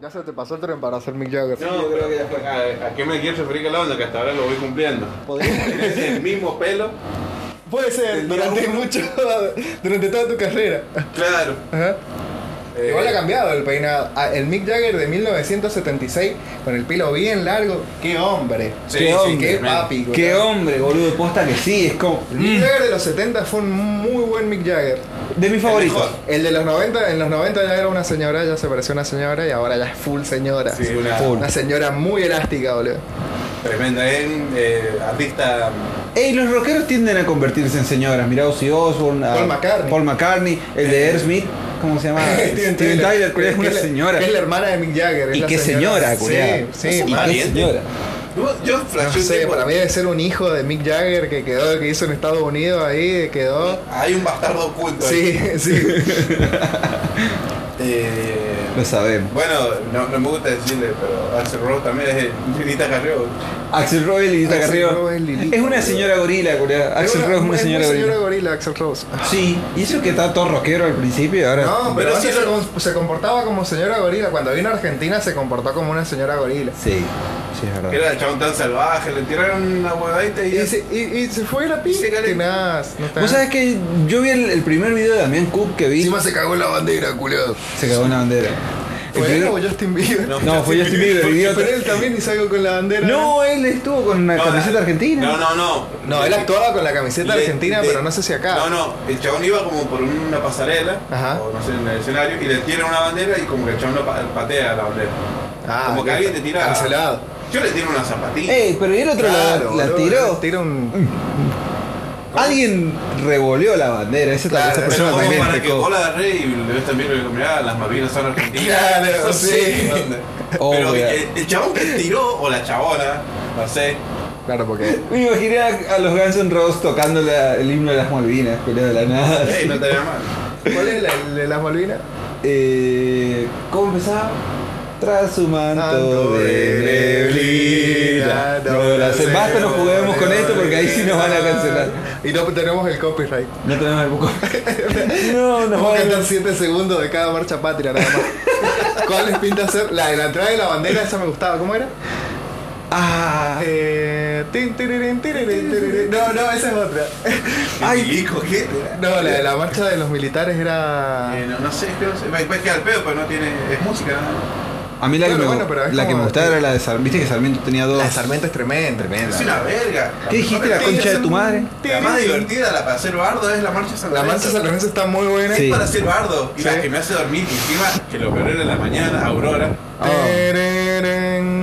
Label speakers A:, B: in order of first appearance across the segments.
A: Ya se te pasó el tren para hacer Mick Jagger.
B: No, yo creo que ya fue. A, a qué me quiero referir que la onda? Que hasta ahora lo voy cumpliendo. Tienes el mismo pelo.
A: Puede ser, durante mucho. durante toda tu carrera.
B: Claro.
A: Ajá.
B: Eh,
A: Igual ha cambiado el peinado. Ah, El Mick Jagger de 1976, con el pelo bien largo. ¡Qué hombre!
B: Sí,
A: ¡Qué
B: sí,
A: hombre! ¡Qué
B: tremendo.
A: papi! güey.
C: Qué hombre, boludo, posta que sí, es como.
A: El Mick
C: Mm,
A: Jagger de los 70 fue un muy buen Mick Jagger.
C: de mis favoritos.
B: mejor.
A: El de los 90, en los 90 ya era una señora, ya se pareció a una señora y ahora ya es full señora.
B: Sí, una
C: Full.
A: Una señora muy elástica, boludo.
B: tremenda. Es eh, artista.
C: Ey, los rockeros tienden a convertirse en señoras. Mirá Ozzy Osbourne, a
A: Paul McCartney.
C: Paul McCartney, el de Aerosmith, ¿cómo se llama? Ah, Steven Tyler, culiá, es una
A: Que es la-
C: señora.
A: que Es la hermana de Mick Jagger. es
C: Y
A: la
C: qué señora, culiá.
A: Sí, sí.
C: Y
A: man.
C: qué
B: pariente.
C: señora.
B: No, Yo
A: No
B: flasheo un
A: sé,
B: tiempo.
A: para mí debe ser un hijo de Mick Jagger que quedó, que hizo en Estados Unidos ahí, quedó.
B: Hay un bastardo oculto. ahí.
A: Sí, sí.
B: Eh,
C: Lo sabemos.
B: bueno, no, no me gusta decirle, pero Axel Rose también es Lilita Carrió.
C: Axel Rose y Lilita
A: Axl
C: Carrillo.
A: Rose, Lilita,
C: Es una
A: boludo.
C: señora gorila, culiá. Axel Rose es una señora
A: muy
C: gorila.
A: gorila, Axel Rose.
C: Sí, y eso que estaba todo rockero al principio y ahora.
A: No, pero,
B: Pero
A: antes
B: sí,
A: se,
B: no-
A: com- se comportaba como señora gorila. Cuando vino a Argentina se comportó como una señora gorila.
C: Sí, sí, es verdad.
B: Era el chabón tan salvaje, le tiraron una huevadita y,
A: Y se, y- y se fue a la
B: Sí,
A: pista.
B: dale.
A: tenaz, no
C: Vos sabés que yo vi el, el primer video de Damián Cook que vi.
A: Encima se cagó en la bandera, culiado.
C: Se cagó una bandera. El
A: Fue él
C: primer-
A: o Justin Bieber.
B: No,
C: No, fue Justin Bieber, el idiota.
A: Pero él también hizo algo con la bandera.
C: No, él estuvo con una
B: No,
C: camiseta
B: la-
C: argentina.
B: No, no, no.
A: No, él actuaba con la camiseta
B: Le-
A: argentina,
B: le-
A: pero no sé si acá.
B: No, no, el chabón iba como por una pasarela,
A: Ajá.
B: o no sé, en el escenario, y le tiran una bandera y como que el chabón lo pa- patea la bandera.
A: Ah,
B: como que
A: listo.
B: alguien te tira.
A: Cancelado.
B: Yo le tiro una zapatilla.
C: Ey, pero y el otro la-
A: Claro,
C: la,
A: boludo,
C: tiró.
A: Tira un.
C: Alguien revolvió la bandera. Esa,
A: Claro,
C: esa
A: pero
C: persona
B: Ah, Pero como
C: también
B: para que
C: pecó.
B: vos la agarré y le ves también le digo, mirá, las Malvinas son argentinas.
A: Claro,
B: No sé
A: sí.
B: qué onda.
C: Oh,
B: Pero
C: yeah.
B: el, el chabón que tiró, o la chabona, no sé.
A: Claro, porque.
C: Me imaginé a, a los Guns N' Roses tocando la- el himno de las Malvinas, pero de la nada.
B: Ey, no te veas mal.
A: ¿Cuál es la, la- las Malvinas?
C: Eh, ¿Cómo empezaba? Tras su manto
A: Tanto
C: de neblina. No la sé. Basta, no juguemos con esto porque ahí sí nos van a cancelar.
A: Y no tenemos el copyright.
C: No tenemos el buco. No, nos
A: Vamos a
C: van a
A: cantar 7 segundos de cada marcha patria nada más. ¿Cuál les pinta hacer? La de la entrada de la bandera, esa me gustaba. ¿Cómo era?
C: Ah,
A: Eh, tin, tiririn, tiririn, tiririn. No, no, esa es otra.
C: Ay.
B: Ay, hijo, ¿qué?
A: No, la de la marcha de los militares era.
B: Eh, no, no sé, es que no sé. Va- va a quedar al pedo, pero no tiene. Es música, nada más.
C: a mí la,
A: Claro,
C: que, me,
A: bueno, pero es
C: la que
A: como-
C: me gustaba era la de Sarmiento. Viste que Sarmiento tenía dos.
A: La de Sarmiento es tremenda.
B: Es una verga.
C: ¿Qué dijiste, la
B: mejor-
C: concha de tu madre?
B: La más divertida, la para hacer bardo, es la marcha San
A: La marcha
B: Lorenzo.
A: de San Lorenzo está muy buena.
C: Sí.
B: Es para hacer bardo. Y
A: Sí.
B: la que me hace dormir, y encima, que lo peor era en la mañana, Aurora.
A: Tererén,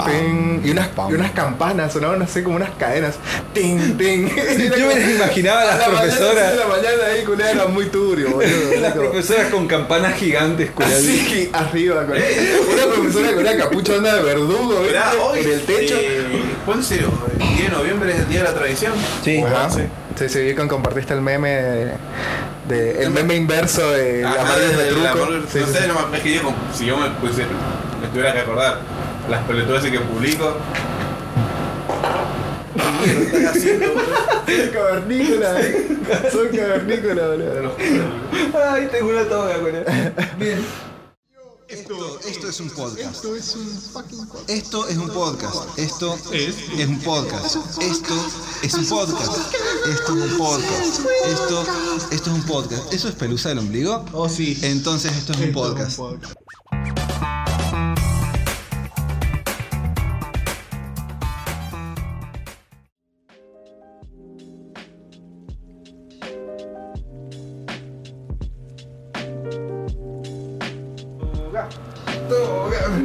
C: Ah. Pam,
A: tin. Y unas,
C: pam.
A: y unas campanas sonaban así como unas cadenas. Tin, tin. Era
C: Yo me
A: como-
C: las imaginaba a las
A: la mañana,
C: profesoras.
A: sí, la mañana ahí, culé, era muy turbio, boludo.
C: Las
A: Como-
C: profesoras con campanas gigantes, culiao.
A: Así arriba, con una profesora con una capucha onda de verdugo, ¿viste?
B: Mirá, hoy,
A: en el techo.
B: eh, ¿Cuándo el 10 de noviembre es el día de la tradición.
C: Sí.
A: Ajá.
B: Sí.
A: Sí, sí, vi cuando compartiste el meme de, de- el meme inverso de la
B: Ajá,
A: madre
B: el-
A: de
B: el- la
A: truco.
B: Marvel-
A: Sí,
B: no
A: sí,
B: sé,
A: sí.
B: no me- es que yo, como- si yo me, pusiera- me tuviera que acordar las pelotudas que publico. Lo estás haciendo, boludo.
A: Cavernícola, son cavernícolas, boludo.
C: Ay, tengo una toga, culiao. Bien.
D: Esto, esto es un podcast. Esto es un podcast. Esto es un podcast. Esto es un podcast. Esto es un podcast. Esto, esto es un podcast. ¿Eso es pelusa del ombligo? Oh sí. Entonces esto es un podcast.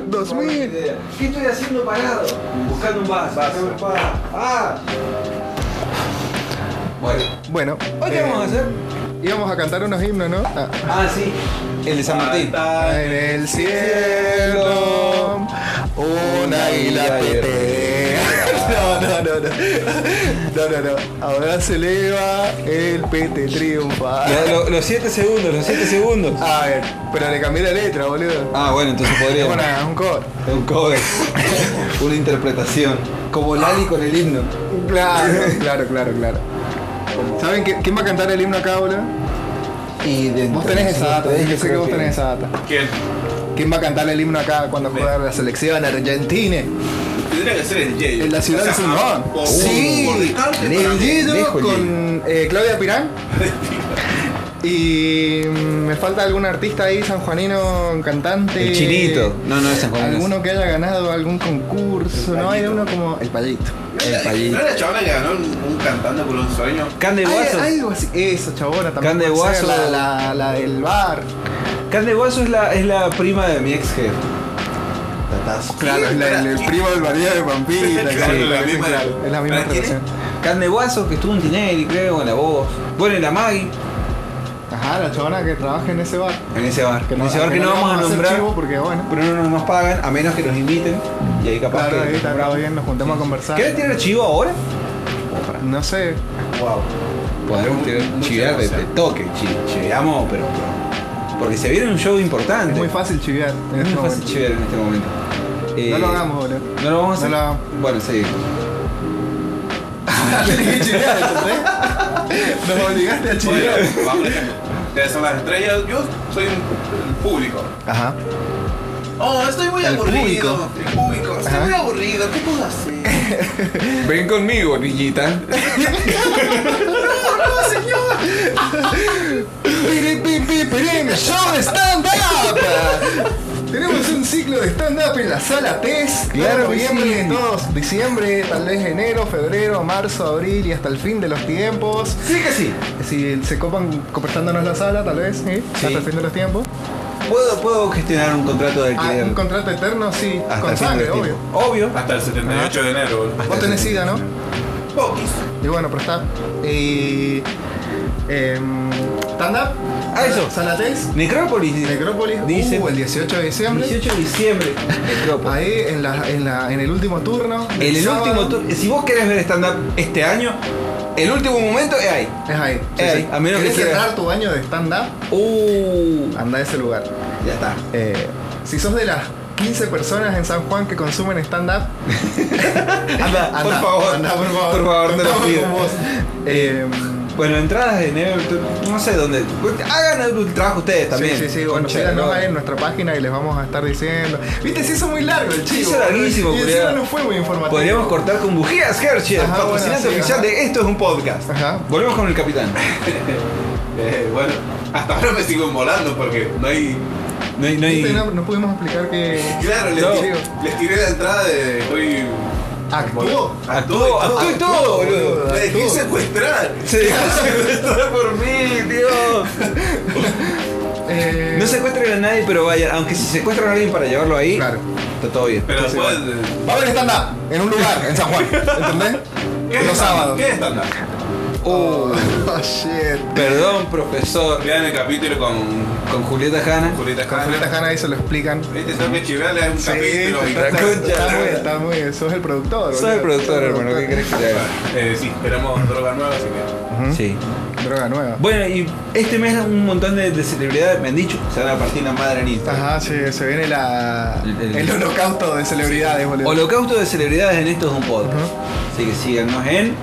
A: Dos mil.
C: ¿Qué estoy haciendo parado? Buscando un vaso.
B: Vaso.
C: un vaso. Ah. Bueno,
A: Bueno,
C: ¿hoy qué
A: eh,
C: vamos a hacer?
A: Íbamos a cantar unos himnos, ¿no? Ah.
C: Ah, sí. El de San Martín.
A: En el cielo, un águila petea. No, no, no, no. No, no, no. Ahora se eleva, el pete triunfa.
C: Lo- lo- los 7 segundos, los 7 segundos.
A: A ver, pero le cambié la letra, boludo.
C: Ah, bueno, entonces
A: Es
C: podría.
A: una- un cover.
C: Un cover. Una interpretación. Como Lali con el himno.
A: Claro, claro, claro, claro. ¿Saben qué- quién va a cantar el himno acá, boludo?
C: Y de
A: Vos tenés esa data, yo sé que vos tenés esa data.
B: ¿Quién?
A: ¿Quién va a cantar el himno acá cuando juega la selección argentina?
B: Tendría que ser el Yeyo.
A: En la ciudad
B: O sea,
A: de San Juan.
B: ah, por-
A: Sí,
B: por distante, pero-
A: el Yeyo
C: Lejos,
A: con eh, Claudia Pirán. Y mm, me falta algún artista ahí, sanjuanino, cantante.
C: El chinito. No, no, es San Juan.
A: Alguno que haya ganado algún concurso, ¿no? Hay uno como el payito.
C: El payito.
B: ¿No era la chabona que ganó un, un cantando por un sueño?
C: Can de
A: Hay,
C: Guaso.
A: hay algo así. Eso, chabona, también.
C: Cande
A: puede ser,
C: Guaso.
A: La, la, la del bar.
C: Can de Guaso es la, es la prima de mi ex jefe.
A: Claro, es la- el, el primo del marido de Pampita.
B: Claro,
A: claro,
B: la
A: parecen
B: misma-
A: que es la misma
B: ¿Para quién es?
A: relación.
C: Can de Guaso, que estuvo en Tinelli, creo, en la voz. Bueno, en la Maggie,
A: Ajá, la chabona que trabaja en ese bar.
C: en ese bar. en ese
A: al
C: bar que no
A: le
C: vamos a
A: hacer
C: nombrar,
A: chivo porque bueno.
C: pero no nos pagan, a menos que nos inviten. Y ahí capaz
A: Claro,
C: que.
A: ahí está todo bien, nos juntamos a conversar.
C: ¿Quieres tirar chivo ahora? Ojalá.
A: No sé.
C: Wow. Podemos tirar- chivear de, de toque, chi- chiveamos, pero, pero- Porque se viene un show importante.
A: Es muy fácil chiviar. en
C: Es
A: este
C: muy fácil
A: momento.
C: chivear en este momento.
A: No
C: Eh,
A: lo hagamos, boludo.
C: No lo vamos
A: No
C: a hacer.
A: lo hagamos.
C: Bueno, sí.
A: Tenés que chiviar, ¿entendés? Nos obligaste a
B: Bueno,
A: chiviar.
B: vamos a ejemplo. Ustedes son las estrellas, yo soy un- el público.
A: Ajá.
B: Oh, estoy muy
A: El
B: aburrido.
A: público.
B: El público. Estoy
A: Ajá.
B: muy aburrido. ¿Qué puedo hacer?
C: Ven conmigo, niñita.
A: Piri, pi, pi, pirín, show de stand-up. Tenemos un ciclo de stand-up en la sala TES.
C: Claro que
A: noviembre,
C: sí.
A: todos, diciembre, tal vez enero, febrero, marzo, abril y hasta el fin de los tiempos.
C: Sí que sí.
A: Si se copan compartándonos la sala, tal vez, ¿sí?
C: Sí.
A: Hasta el fin de los tiempos.
C: ¿Puedo, puedo gestionar un contrato de
A: Ah,
C: alquiler.
A: un contrato eterno, sí,
C: hasta
A: con
C: el fin
A: sangre,
C: del
A: obvio. Ah,
C: tiempo. Obvio.
B: Hasta el 78 de enero, boludo.
A: Vos tenés sida, ¿no?
B: Poquis.
A: Y bueno, pero está. Y. em, ¿Stand-up?
C: Ah, eso.
A: Sala TES.
C: Necrópolis.
A: Necrópolis,
C: Dice.
A: uh, el 18 de diciembre.
C: 18 de diciembre. Necrópolis.
A: Ahí en, la, en, la, en el último turno.
C: En el
A: sábado,
C: último tu- Si vos querés ver stand-up este año, el último momento es ahí.
A: Es ahí.
C: Es ahí, a menos que
A: ¿Querés
C: quieras.
A: cerrar tu año de stand-up?
C: Uh,
A: Anda a ese lugar.
C: ya está.
A: Eh, si sos de las 15 personas en San Juan que consumen stand-up,
C: Anda, Ah, por favor.
A: anda, por favor.
C: Por favor, no lo
A: Contamos
C: pido. Eh,
A: con vos. Em,
C: Bueno, entradas de Neverton, no sé dónde. Pues, Hagan el trabajo ustedes también.
A: Sí, sí, sí. Bueno,
C: Concha,
A: síganos
C: ¿no?
A: ahí en nuestra página y les vamos a estar diciendo. Viste, se hizo muy largo el chivo.
C: Se hizo larguísimo,
A: Y encima
C: culiao.
A: no fue muy informativo.
C: Podríamos cortar con bujías, Herschel,
A: Ajá, bueno,
C: patrocinante
A: sí,
C: oficial
A: ajá.
C: de Esto es un podcast.
A: Ajá.
C: Volvemos con el capitán.
B: Eh, bueno, hasta ahora me sigo volando porque no hay.
C: No hay, no
A: Viste,
C: hay.
A: No, no pudimos explicar que.
B: Claro, les,
C: No.
B: tiré, les tiré la entrada de. Estoy.
A: Actuó.
C: Actuó, actuó y todo, boludo.
B: Me dejé
A: Actuó.
B: secuestrar.
C: Se dejó secuestrar por mí, tío.
A: Eh,
C: No secuestren a nadie, pero vayan. Aunque si secuestran a alguien para llevarlo ahí,
A: Claro.
C: está todo bien.
B: Pero
A: Sí,
B: después.
A: Va a haber stand-up en un lugar, en San Juan. ¿Entendés?
B: ¿Qué es
A: Los sábados.
B: ¿Qué es estándar?
A: Oh,
C: Uh,
A: shit.
C: perdón, profesor.
B: Vean el capítulo con
C: Con Julieta Hanna.
B: Julieta
A: Con Julieta
B: Hanna.
A: Hanna ahí se lo explican.
B: Viste, tengo que chivearle a un capítulo. y-
A: está, está-
C: concha.
A: está muy, está muy. Sos el productor.
C: Soy
A: boludo.
C: el productor, hermano. ¿Qué crees que te haga?
B: Eh, sí, esperamos droga nueva, así que.
C: Sí.
A: Droga nueva.
C: Bueno, y este mes un montón de, de celebridades me han dicho se van a partir la madre en Instagram.
A: Ajá, sí, se viene la,
C: El-
A: el,
C: el-
A: holocausto de celebridades, boludo.
C: Holocausto de celebridades en esto es un podcast. Así que síganos en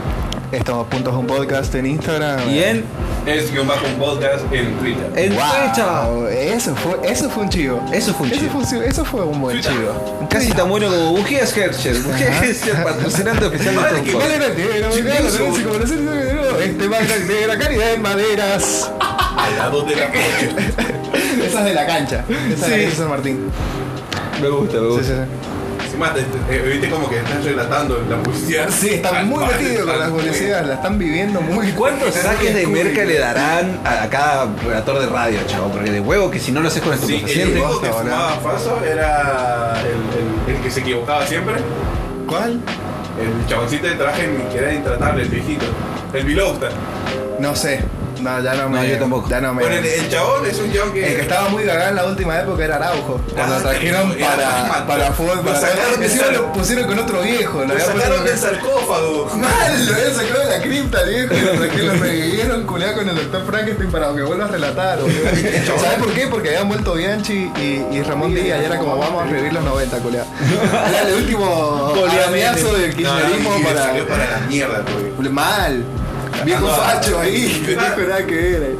A: Estamos puntos un podcast en Instagram.
C: y en,
B: Es guión bajo un podcast en Twitter.
A: Eh,
C: en Twitter.
A: Wow, eso fue, eso fue un chivo.
C: Eso fue un
A: Eso
C: chivo.
A: fue, un- eso fue un buen
B: Chucha.
A: chivo.
C: Casi tan bueno como Bujías Herschel. Bujías Herschel, patrocinante oficial de esto es un
A: Vale,
C: podcast.
A: no, no, no, no, no, no, si como no se- no, no, no, Este marca de la calidad en maderas.
B: Al lado de la pocha.
A: Esa es de la cancha. Esa
C: Sí.
A: es de San Martín.
C: Me gusta, me
A: Sí,
C: gusta.
A: sí, sí.
B: Encima, te- eh, viste como que estás relatando la publicidad.
A: Sí, están
B: Al
A: muy
B: par,
A: metidos con
B: al
A: las
B: muy-
A: publicidades, la están viviendo muy.
C: ¿Cuántos saques de merca le darán a cada relator de radio, chavo? Porque de huevo que si no lo haces con
B: Sí,
C: estupefacientes.
B: el único
A: Basta,
B: que
A: boludo.
B: fumaba falso era el, el- el que se equivocaba siempre.
A: ¿Cuál?
B: El chaboncito de traje que era intratable, el viejito. El Bilousta.
A: No sé. No, ya no me.
C: No, yo tampoco.
A: Ya no me.
B: Bueno, el, el chabón es un chabón que.
A: El que estaba muy cagado en la última época era Araujo. Cuando
B: Ah,
A: trajeron
B: era
A: para,
B: Batman.
A: para fútbol.
B: Lo
A: Para
B: sacaron del
A: Encima
B: sal-
A: lo pusieron con otro viejo. Lo
B: Lo
A: habían
B: sacaron del
A: puesto-
B: sarcófago.
A: Mal, lo habían sacado de la cripta, viejo. y Lo tra- lo revivieron culiado con el doctor Frankenstein para que vuelva a relatar. boludo. ¿Sabes por qué? Porque habían vuelto Bianchi y, y Ramón Díaz. Y era como, vamos a revivir los 90, culiado. Era el último arañazo del kirchnerismo
B: No, no, y
A: para.
B: salió para la mierda, pues. güey.
A: Mal. Viejo
B: Ah, no.
A: facho ahí, que dijo nada que ver.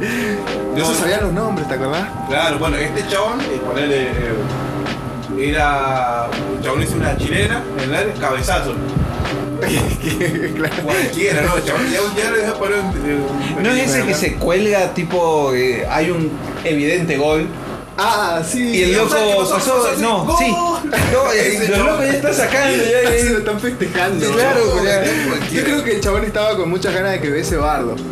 A: No se sabían los nombres, ¿te acordás?
B: Claro, bueno, este chabón, eh, ponele, eh, era. Chabón hizo una chilena en el aire, cabezazo.
A: Claro.
B: Cualquiera, no, chabón, ya, ya eh, le dejó poner un. un-
C: No es ese que se cuelga, tipo, eh, hay un evidente gol.
A: Ah, sí.
C: Y el loco
B: ¿qué pasó?
C: pasó,
B: Pasó,
C: no,
B: ¡Gol!
C: sí. No, y
B: Ese
C: los
B: chabón.
C: locos ya están sacando. ya,
A: Se
C: ya.
A: lo están festejando.
C: Claro, culiao.
A: Yo creo que el chabón estaba con muchas ganas de que vese Bardo.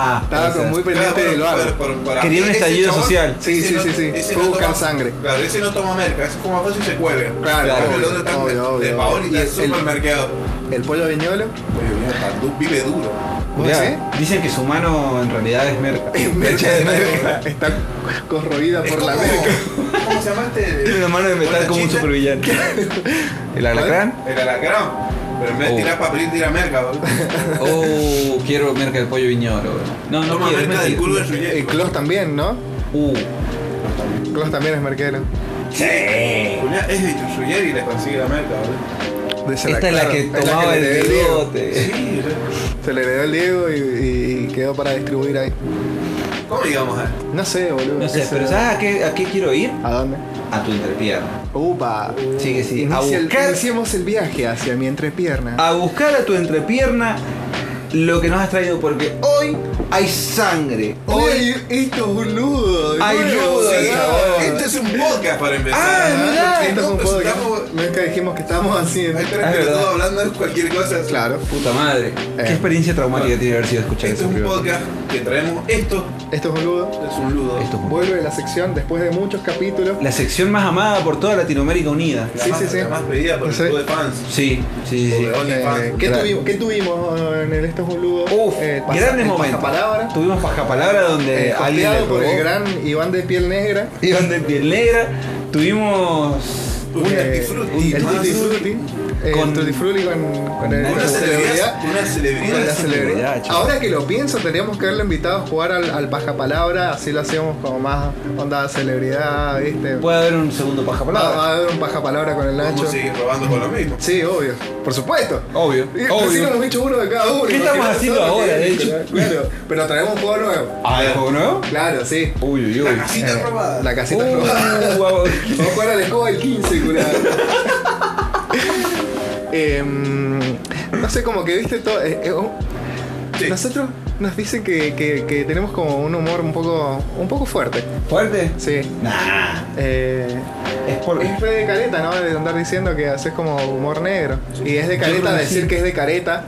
C: Ah,
A: Estaba
C: puede
A: con
C: ser.
A: muy pendiente
B: Claro,
A: del
B: para-
A: Bardo.
B: para- para-
C: Quería un
B: ese
C: estallido
B: chabón,
C: social.
A: Sí,
B: ese
A: sí,
B: no-
A: sí, sí.
B: ese
A: Fue
B: no
A: buscar
B: toma-
A: sangre.
B: Claro, ese no toma merca, ese como fácil se cuelga.
A: Claro,
B: Porque el
A: obvio,
B: otro está de-
A: obvio, obio,
B: de Paoli
A: obvio.
B: y el
A: El-
B: supermercado.
A: El pollo viñolo.
B: Oye, mira, Pandú vive duro.
A: ¿Vos
C: Ya,
A: decís?
C: Dicen que su mano en realidad es merca.
A: Merca de merca. Está corroída
B: Es
A: por la
B: como-
A: merca.
B: ¿Cómo se llama este?
C: Tiene una mano de metal como un
B: Bolachita.
C: supervillano. ¿El alacrán?
B: El alacrán. Pero en vez de
C: Oh.
B: tirar papel, tira merca. boludo.
C: Oh, quiero merca del pollo viñoro. No, no
B: Toma
C: quiero, es
B: merca del
C: mentira.
B: culo de su
A: El Clos también, ¿no?
C: Uh,
A: Clos también es merquero.
B: Julián es de Chuchuyer y le consigue la merca, boludo.
A: De
C: esta es la
A: Salacaro.
C: que
A: Es
C: tomaba
A: le
C: el
A: dio Diego.
C: bigote.
B: Sí,
A: Se le heredó el Diego y, y quedó para distribuir ahí.
B: ¿cómo íbamos a
A: No sé, boludo.
C: No sé,
A: Eso-
C: pero ¿sabes a qué, a qué quiero ir?
A: ¿A dónde?
C: A tu entrepierna.
A: Upa.
C: Sí, que sí, a
A: Inicia el-
C: buscar- Ah,
A: Iniciemos el viaje hacia mi entrepierna.
C: A buscar a tu entrepierna lo que nos has traído, porque hoy hay sangre. Hoy.
A: Uy, esto es un nudo. de
C: Ay,
A: nuevo,
C: nudo,
A: por
C: sí,
A: favor.
B: Este es un podcast para empezar.
C: Ah,
A: Ah,
C: mirá,
A: esto es un
B: no,
A: podcast.
B: estamos-
A: Nunca dijimos que estábamos haciendo.
B: Hay tres
C: Ah, es
B: pelotudos
C: verdad.
B: hablando de cualquier cosa.
A: Claro.
C: Puta madre.
A: Eh.
C: Qué experiencia traumática tiene haber sido escuchar
B: Este es
C: eso.
B: un
C: primero.
B: podcast que traemos esto.
A: Esto es un nudo.
B: Es un ludo.
C: Esto es un-
A: Vuelve la sección después de muchos capítulos.
C: La sección más amada por toda Latinoamérica Unida.
B: La
A: Sí,
B: más,
A: sí, sí.
B: La más pedida por
A: Sí.
B: el club de fans.
C: Sí, sí, sí.
B: Joder.
A: Eh,
B: OnlyFans.
A: ¿qué,
C: Claro.
A: tuvimos, ¿Qué tuvimos en el Esto es un ludo?
C: Uf,
A: Eh, pasa-
C: grandes
A: el
C: momentos.
A: Pasapalabra.
C: Tuvimos Pascapalabra donde
A: Eh,
C: alguien le
A: hosteado por el
C: robó.
A: gran Iván de piel negra.
C: Iban de piel negra. Tuvimos.
B: Un
A: Eh,
B: Tutti Frutti,
A: El
B: más-
A: Tutti Frutti. eh,
C: Con-
A: el Tutti Frutti con, con el-
C: una
A: la
B: Una celebridad.
A: celebridad.
B: Una
A: Con la
B: celebridad.
A: celebridad.
C: chico.
A: Ahora que lo pienso, teníamos que haberlo invitado a jugar al, al Pasapalabra. Así lo hacíamos como más onda celebridad, ¿viste?
C: Puede haber un segundo
A: Va,
C: Pascapalabra.
A: va a haber un Pasapalabra con el Nacho.
B: ¿Cómo seguir robando con lo mismo?
A: Sí, obvio. Por supuesto.
C: Obvio,
A: Y Recién
C: obvio.
A: hemos hecho uno de cada uno.
C: ¿Qué estamos
A: imagínate
C: haciendo
A: todo lo que
C: ahora,
A: hemos
C: de
A: hecho,
C: hecho?
A: Claro, pero traemos un juego nuevo.
C: ¿Ah, ¿el juego nuevo?
A: Claro, sí.
C: Uy, uy, uy.
B: Casita
A: Eh,
B: robada.
A: La casita
C: Uh,
A: robada.
C: guau.
A: Vamos a jugar a la escoba del 15, curado. Em, no sé, como que viste todo. eh, eh, oh,
B: Sí.
A: Nosotros nos dicen que, que- que tenemos como un humor un poco, un poco fuerte.
C: ¿Fuerte?
A: Sí.
C: Nah.
A: Eh,
C: Es por.
A: es re de careta, ¿no? De andar diciendo que haces como humor negro. Y es de
C: Yo creo
A: careta
C: que
A: decir
C: sí.
A: que es de careta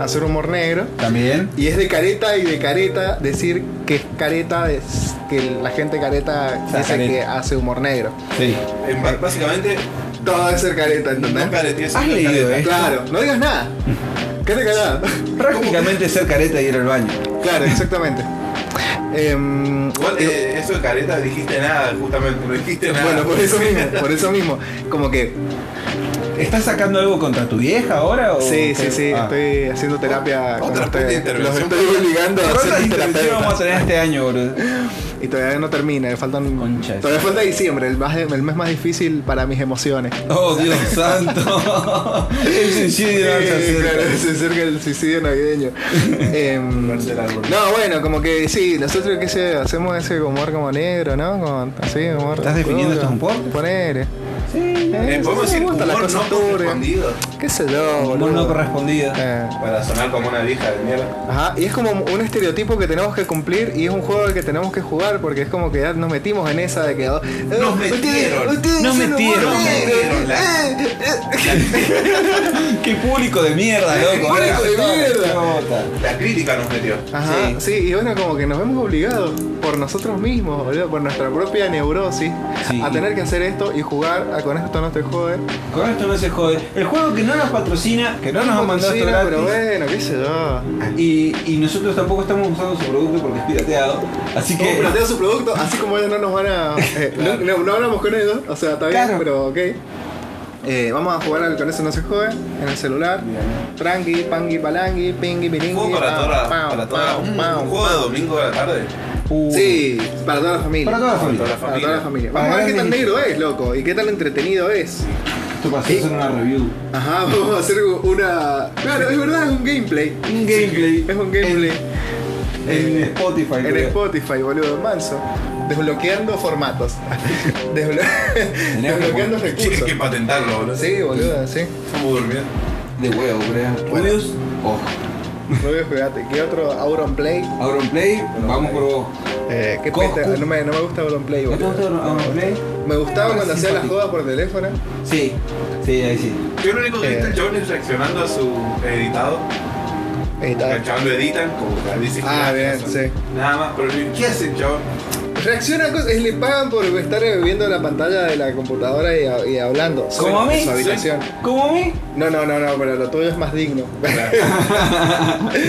A: hacer humor negro.
C: También.
A: Y es de careta y de careta decir que es careta, es que la gente careta
C: sea,
A: dice
C: careta.
A: que hace humor negro.
C: Sí.
B: En- Básicamente,
A: Todo debe ser careta, ¿entendés?
B: no caretees.
C: ¿Has
B: no
C: leído
B: caretees.
C: esto?
A: Claro, no digas nada. ¿Qué te calada?
C: Prácticamente ser careta y ir al baño.
A: Claro, exactamente. Em,
B: Igual, eh, eso de careta dijiste nada, justamente, no dijiste nada.
A: bueno, por eso mismo, por eso mismo. Como que,
C: ¿Estás sacando algo contra tu vieja ahora? O
A: sí, sí, sí,
C: Ah.
A: estoy haciendo terapia con
B: Otra puta
A: ustedes. Los
B: intervención.
A: estoy obligando a
C: ¿Cuántas
A: hacer
C: intervenciones vamos
A: terapia.
C: a tener este año, bro?
A: Y todavía no termina, faltan.
C: Concha de
A: Todavía falta diciembre, el, más- el mes más difícil para mis emociones.
C: Oh, Dios santo. El suicidio no se
A: Eh,
C: acerca.
A: claro, se acerca el suicidio navideño. Em,
B: Marcela Arbol.
A: no, bueno, como que sí, nosotros que se, hacemos ese humor como negro, ¿no? Como, así, humor.
C: ¿Estás definiendo esto un poco?
A: Ponele.
C: Sí.
A: Eh,
B: Eh, podemos
A: sí,
B: decir
A: me gustan las
B: humor
A: cosas
B: no
A: turbias.
B: correspondido
A: ¿Qué sé yo,
C: Humor no
A: boludo?
C: correspondido.
A: Eh,
B: para sonar como una vieja de mierda.
A: Ajá, y es como un estereotipo que tenemos que cumplir y es un juego al que tenemos que jugar porque es como que ya nos metimos en esa de que. "Ah,
B: Nos metieron.
C: Nos
A: son humor
C: metieron.
A: negro".
B: Nos metieron la-
A: Eh, eh,
C: Qué público de mierda, loco.
A: público de
C: Toda la
A: mierda.
C: chota.
B: La crítica nos metió.
A: Ajá,
C: Sí.
A: sí. y bueno, como que nos vemos obligados por nosotros mismos, boludo, por nuestra propia neurosis,
C: Sí.
A: a tener que hacer esto y jugar a con esto no te jode.
C: Con esto no se jode. El juego que no nos patrocina, que no nos ha mandado
A: Sí,
C: esto
A: no,
C: gratis,
A: Pero bueno, qué sé yo.
C: y, y nosotros tampoco estamos usando su producto porque es pirateado. Así
A: Como
C: que.
A: plantea su producto, así como ellos no nos van a. eh, no- no, no hablamos con ellos, o sea, está bien,
C: Claro.
A: pero ok. Eh, vamos a jugar al con eso no se jode en el celular. Tranqui, pangui, palangui, pingui,
B: Juego
A: piringui.
B: para
A: pam,
B: toda la-
A: pam,
B: para toda la-
A: pam,
B: un-
A: pam,
B: Un juego de domingo de la tarde.
C: Uh,
A: Sí, para toda la familia.
C: Para toda la familia.
B: Para
A: Para toda la familia.
C: Para
A: Vamos a ver qué
C: grandes
A: tan
C: y
A: negro es, loco, y qué tan entretenido es.
C: Esto pasó en una review.
A: Ajá, vamos a hacer una. Claro, es verdad, es un gameplay.
C: Un gameplay.
A: Es un gameplay
C: Eh, En Spotify.
A: en
C: creo.
A: Spotify, boludo, manso. desbloqueando formatos. Desblo- desbloqueando
B: Tienes
A: recursos.
B: que patentarlo, boludo.
A: Sí, boludo, sí.
B: Estamos durmiendo.
C: De huevo, creo. Rubius, ojo.
A: Rubio, fíjate. ¿Qué otro? Auron Play.
C: Auron Play, vamos por vos.
A: Eh, qué
C: Coscu.
A: peta. No me, no me gusta Auron Play,
C: ¿No te
A: boludo.
C: gusta Auron Play?
A: Me gustaba
C: Ah,
A: cuando hacía las
C: simpático.
A: jodas por teléfono.
C: Sí, sí, ahí sí.
B: Yo lo único que he
A: Eh.
B: visto es el chabón es reaccionando a su editado.
A: Ahí está.
B: El chabón lo editan como para dice
A: Ah, bien, sí.
B: Nada más, pero ¿qué hacen, chabón?
A: Reacciona a cosas, le pagan por estar viendo la pantalla de la computadora y, y hablando.
C: ¿Como a
A: En
C: mí?
A: su habitación.
C: ¿Como a mí?
A: No, no, no, no, pero lo tuyo es más digno.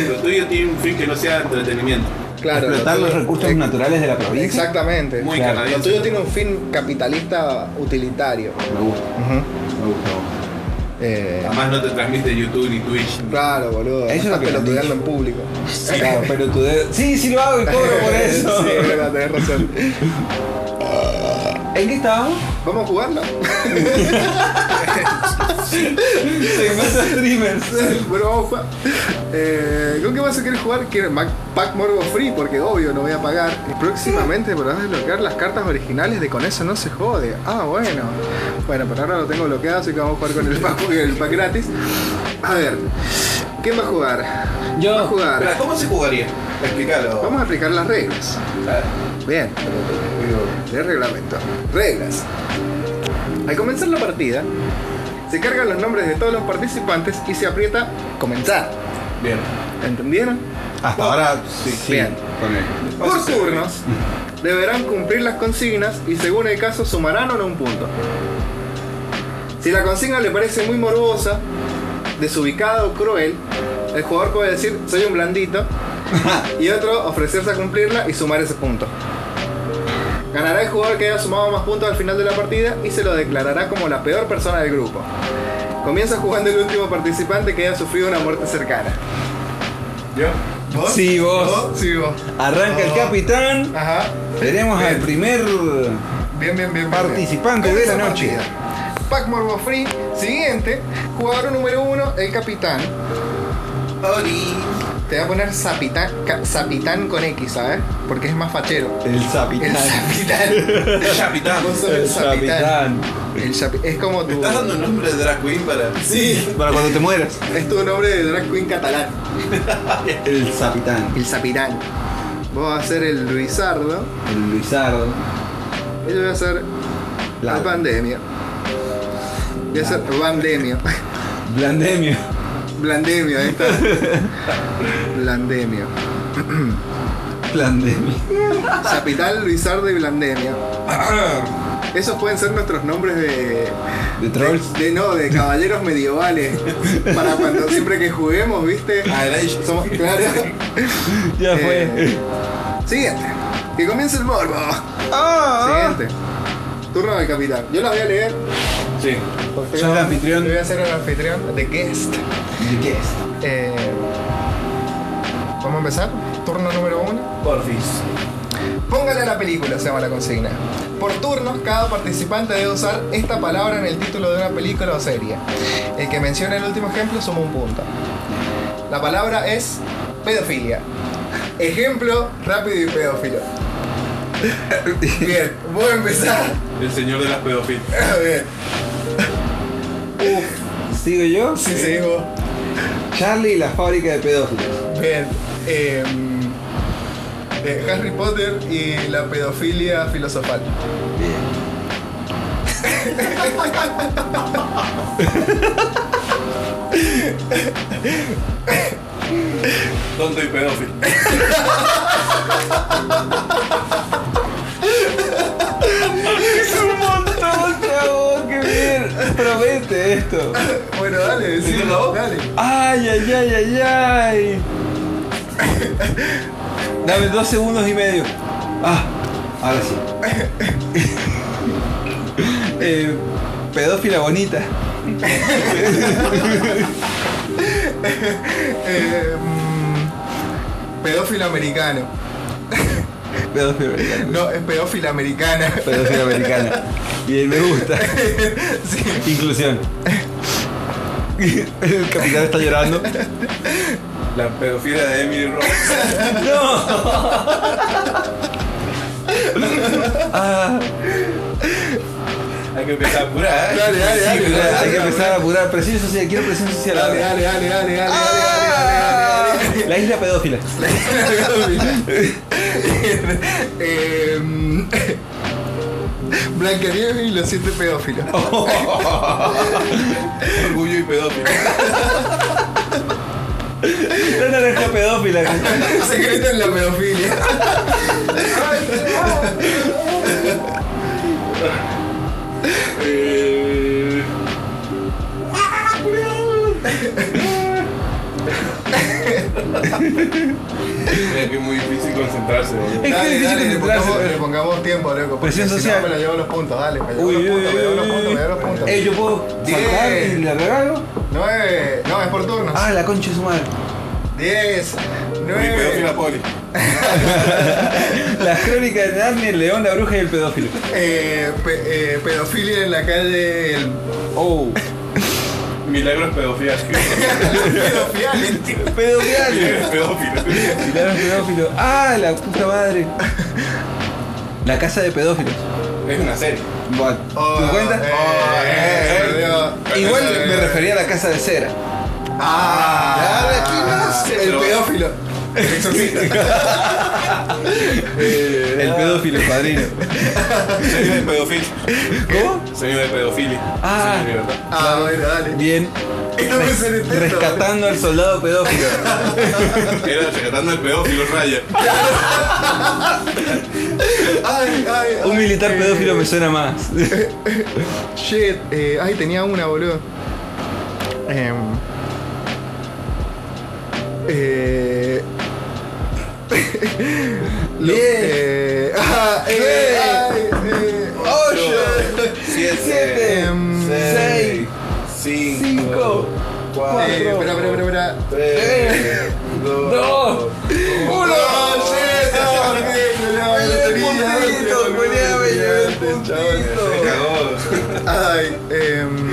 B: Lo tuyo tiene un fin que no sea entretenimiento.
A: claro. lo
C: Explotar
A: tuyo-
C: los recursos
A: ex-
C: naturales de la provincia.
A: Exactamente.
B: Muy
C: Claro.
A: Lo
B: canadiense.
A: tuyo tiene un fin capitalista utilitario.
C: Me gusta, me gusta.
A: Eh,
B: Además no te transmite YouTube ni Twitch.
A: claro, boludo.
C: Eso es lo
A: estás
C: que me han
A: pelotudeando en
C: dicho.
A: público.
C: Claro, pero tu dedo. Sí, sí lo hago y cobro por eso.
A: sí, es verdad, tenés razón.
C: ¿En qué estábamos?
A: ¿Vamos a jugarlo?
C: Segmento streamers.
A: bueno, vamos a jugar. Eh, ¿Con qué vas a querer jugar? Quiero Mac- Pack Morbo Free, porque obvio no voy a pagar. Próximamente podrás desbloquear las cartas originales de Con eso no se jode. Ah, bueno. Bueno, por ahora lo tengo bloqueado, así que vamos a jugar con el pack, el pack gratis. A ver, ¿quién va a jugar?
C: Yo.
A: Va a jugar.
B: Pero, ¿Cómo se jugaría? Explícalo.
A: Vamos a aplicar las reglas. Bien. El reglamento. Reglas. Al comenzar la partida, se cargan los nombres de todos los participantes y se aprieta comenzar.
B: Bien.
A: ¿Entendieron?
C: Hasta ahora sí.
A: Bien.
C: Con él.
A: Por turnos, deberán cumplir las consignas y según el caso sumarán o no un punto. Si la consigna le parece muy morbosa, desubicada o cruel, el jugador puede decir soy un blandito y otro ofrecerse a cumplirla y sumar ese punto. Ganará el jugador que haya sumado más puntos al final de la partida y se lo declarará como la peor persona del grupo. Comienza jugando el último participante que haya sufrido una muerte cercana.
B: ¿Yo? ¿Vos?
C: Sí, vos.
A: ¿Vos? Sí, vos.
C: Arranca el capitán.
A: Ajá.
C: Tenemos al primer.
A: Bien, bien, bien. bien,
C: Participante
A: bien.
C: de la
A: Comienza
C: noche.
A: partida. Pac Morbo Free, siguiente, jugador número uno, el capitán.
B: Oli.
A: Te voy a poner Zapitán, ca- Zapitán con X, ¿sabes? Porque es más fachero.
C: El
A: El
C: zapitán.
A: Zapitán.
B: Capitán.
A: Vos sos el
C: El
A: Zapitán.
C: Zapitán.
A: El Zapi- es como tu.
B: ¿Estás dando un nombre de drag queen para...?
C: Sí. Para cuando te mueras.
A: Es tu nombre de drag queen catalán.
C: El zapitán.
A: El Zapitán. Vos vas a ser el Luisardo.
C: El Luisardo.
A: Y yo voy a ser
C: La-
A: el Pandemio. Voy a ser Pandemio.
C: Blandemio.
A: Blandemio, ahí está. Blandemio.
C: Blandemio.
A: Zapital, Luisardo y Blandemia. Esos pueden ser nuestros nombres de.
C: De trolls.
A: De, no, de caballeros medievales. Para cuando siempre que juguemos, ¿viste? Somos claros.
C: Ya
A: Eh, Siguiente. Que comience el morbo.
C: Ah.
A: Siguiente. Turno del capitán. Yo las voy a leer.
B: Sí.
A: porque
C: Sos el anfitrión.
A: Yo voy a ser el anfitrión. The guest.
C: ¿De qué es?
A: Eh, Vamos a empezar. Turno número uno.
B: Porfis.
A: Póngale a la película, se llama la consigna. Por turnos, cada participante debe usar esta palabra en el título de una película o serie. El que mencione el último ejemplo suma un punto. La palabra es pedofilia. Ejemplo rápido y pedófilo. Bien, voy a empezar.
B: El señor de las pedofilias.
A: Bien,
C: ¿Sigo yo?
A: sí, seguimos.
C: Charlie y la fábrica de pedófilos.
A: Bien. em, eh, Harry Potter y la pedofilia filosofal.
B: Tonto y pedófilo.
C: Es un montón, chavo, qué bien. Promete esto.
A: Bueno, dale, decime,
B: la voz?
A: dale.
C: Ay, ay, ay, ay, ay. Dame dos segundos y medio. Ah, ahora sí. Eh, pedófila bonita.
A: Eh, mm, pedófilo americano.
C: Pedófila americana.
A: No, es pedófila americana.
C: Pedófila americana. Bien, me gusta. Inclusión. El capitán está llorando.
B: La pedofilia de Emily Rose.
C: ¡No!
B: Hay que empezar a apurar. ¿eh?
A: Dale, dale, dale.
C: Sí,
A: dale,
C: hay que
A: dale,
C: empezar a apurar. Presión social, quiero presión social.
A: Dale,
C: ahora.
A: dale, dale, dale, dale, dale, dale,
C: La isla pedófila.
A: dale. Em, Blancanieves y los siete pedófilos.
C: Oh.
B: Orgullo y pedófilo.
C: La naranja pedófila.
A: Secreto en la pedofilia.
B: Eh, Es que es muy difícil concentrarse, boludo.
C: Es que
A: Dale,
C: es
A: dale,
C: difícil
A: le
C: concentrarse. pues.
A: pongamos, le pongamos tiempo, loco. porque
C: Presión
A: si no,
C: social.
A: me lo llevo los puntos, dale. Me llevo
C: Uy,
A: los puntos, me llevo los
C: uy,
A: puntos, me llevo los
C: uy.
A: puntos.
C: Eh, yo puedo saltar
A: Diez.
C: y le regalo.
A: Nueve. No, es por turno.
C: Ah, la concha de su madre.
A: Diez.
B: Mi
A: Nueve.
B: pedófila poli.
C: Las crónicas de Narnia, el león, la bruja y el pedófilo.
A: Eh, pe- eh, pedofilia en la calle. El...
C: Oh.
B: Milagros pedófilos.
A: Pedofiales, tío.
C: Pedófilo.
B: Milagros pedófilos.
C: Milagros pedófilo. Ah, la puta madre. La casa de pedófilos.
B: Es una serie.
C: Bueno, ¿Te das cuenta? Ah,
A: eh, eh,
B: Eh,
A: se perdió.
C: Igual
A: Eh,
C: me refería a la casa de cera.
A: Ah,
B: Ah,
A: ¿quién más? El
B: pero-
A: pedófilo. El exorcista. eh,
C: El pedófilo, el padrino.
B: Soy de pedofilia.
C: ¿Cómo?
A: eh,
B: Soy de pedofilia.
C: Ah.
B: Sí, de verdad.
A: Ah, bueno, dale.
C: Bien.
A: Esto me suena intento.
C: Rescatando al soldado pedófilo.
B: Era rescatando el pedófilo Raya.
A: Ay, ay,
C: Un
A: ay,
C: militar
A: eh,
C: pedófilo me suena más.
A: Shit, eh, ay, tenía una, boludo. Em, eh, lo-
C: Bien.
A: eh, ah, eh, ay, eh,
C: Oh, Ocho, siete,
A: em,
C: seis, cinco,
A: eh,
C: cuatro,
A: espera, espera, espera, espera.
C: tres, dos, uno.
A: shit, no, no, no, la lotería,
C: puntito,
A: no,
C: ponía, me llevé el
A: brillante, chavales.
B: Se cagó.
A: Ay, em,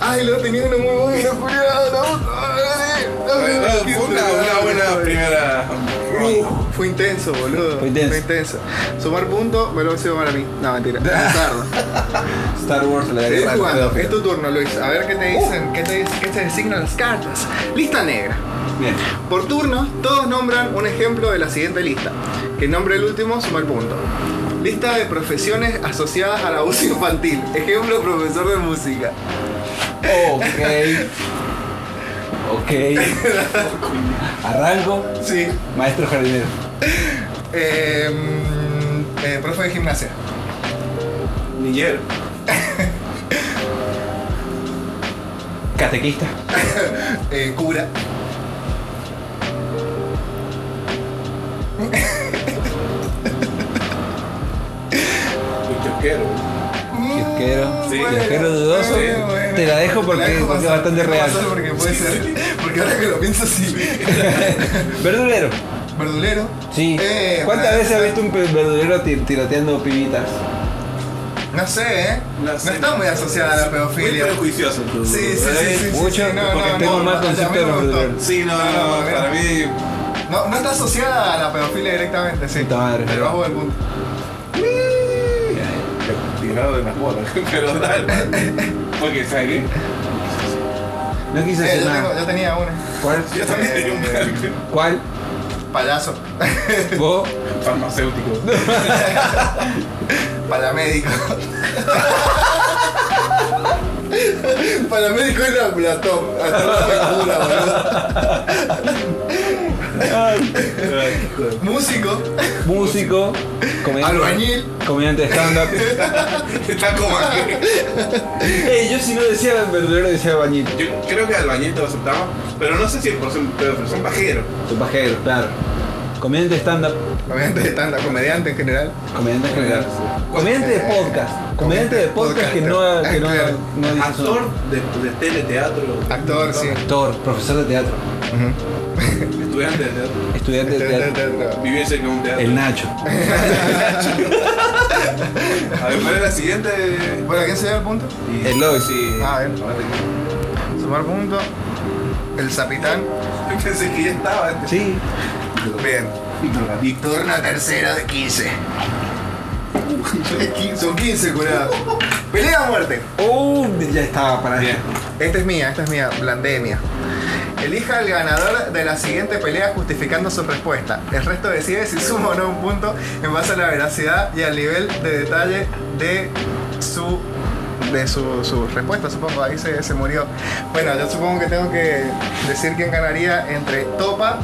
A: ay, lo tenía uno muy bueno, Julián. no, no, no, no,
B: Fue una, una buena primera ronda.
A: Uh, Fue intenso, boludo.
C: Fue intenso.
A: Sumar puntos me lo hace sumar a mí. No, mentira. Tardo.
C: Star Wars la
A: Seguí
C: guerra de los
A: jugando. Es
C: pedófilos.
A: tu turno, Luis. A ver qué te dicen. ¿Qué te, qué te designan las cartas? Lista negra.
C: Bien.
A: Por turno, todos nombran un ejemplo de la siguiente lista. Que nombre el último, suma el punto. Lista de profesiones asociadas al abuso infantil. Ejemplo, profesor de música.
C: Ok. Ok. Arranco.
A: Sí.
C: Maestro jardinero.
A: Eh, mm, eh, profe de gimnasia.
B: Niñero.
C: Catequista.
A: Eh, cura.
B: Un kiosquero.
C: Kiosquero.
B: Sí.
C: Kiosquero dudoso. Te la dejo porque-
A: es
C: porque es bastante real.
A: Porque puede ser. Porque ahora que lo pienso así.
C: Verdulero.
A: Verdulero.
C: Sí.
A: Eh,
C: ¿Cuántas
A: para-
C: veces has visto un pe- verdulero ti- tiroteando pibitas?
A: No sé, ¿eh?
B: No
A: No,
B: sé.
A: está muy asociada a la
B: Muy
A: pedofilia.
B: prejuicioso. Eh,
A: Sí, sí, sí, sí, sí,
C: Mucho,
A: sí, no,
C: porque
A: no,
C: tengo
A: no,
C: mal
A: a mí
C: concepto
A: me
C: de
A: gustó.
C: verdulero.
B: Sí, no, no,
A: No,
B: para mí.
A: No, no está asociada a la pedofilia directamente, sí.
C: Puta madre.
A: Pero bajo el punto.
B: Tirado de las bolas. Pero dale. Porque, ¿sabes qué?
C: No quise
A: Sí, Eh,
C: hacer
A: yo, tengo-
C: nada.
A: yo tenía una.
C: ¿Cuál?
B: Yo también tenía un cálculo.
C: ¿Cuál?
A: Payaso.
C: ¿Vos?
B: farmacéutico.
A: Paramédico. Paramédico era Platón. Hasta la locura, boludo.
B: Ay, hijo de-
A: Músico.
C: Músico. Comediante.
A: Albañil.
C: Comediante de stand-up.
B: Está como aquí.
C: Ey, yo si no decía verdulero decía bañito.
B: Yo creo que albañil te lo aceptaba, pero no sé si por ser un pedófilo, son pajeros.
C: Tu pajero, claro. Comediante de stand-up.
A: Comediante de tanta, comediante en general.
C: Comediante en general. Comediante de podcast. Comediante de podcast que no, que no, no dice su nombre.
B: Actor de, de teleteatro.
A: Actor, sí.
C: Actor, profesor de teatro.
B: Estudiante de teatro.
C: Estudiante de
A: Este,
C: teatro.
B: Viviese en un teatro.
C: El Nacho.
B: A ver, ¿cuál es la siguiente?
A: Bueno, ¿quién se lleva el punto?
B: Y-
C: El Lois.
B: Sí.
A: Ah, bien. Sumar punto. El Zapitán.
B: Pensé
C: este.
B: que ya estaba antes.
C: Sí.
A: Bien.
B: Drogadicto.
A: Turno tercero de 15. Son 15, curado. Pelea a muerte.
C: Oh, ya estaba para
B: Bien.
C: esto.
A: Esta es mía, esta es mía, blandemia. Elija al ganador de la siguiente pelea justificando su respuesta. El resto decide si suma o no un punto en base a la veracidad y al nivel de detalle de su de su, su respuesta, supongo, ahí se, se murió. Bueno, yo supongo que tengo que decir quién ganaría entre Topa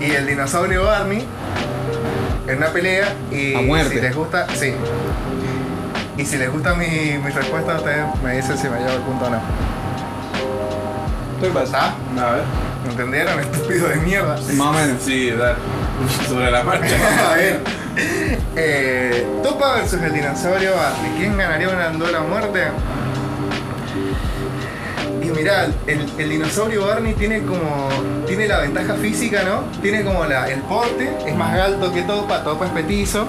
A: y el dinosaurio Barney en una pelea y
C: A muerte.
A: si les gusta, sí. Y si les gusta mi, mi respuesta, ustedes me dicen si me llevo el punto o no.
C: Estoy pasado.
A: ¿Está?
B: A ver.
A: ¿Entendieron? Estúpido de mierda.
C: Más o menos.
B: Sí, dar. Sobre la marcha.
A: A ver. Eh, Topa versus el dinosaurio Barney. ¿Quién ganaría una duela a muerte? Y mirá, el, el dinosaurio Barney tiene como. Tiene la ventaja física, ¿no? Tiene como la, el porte, es más alto que Topa, Topa es petizo,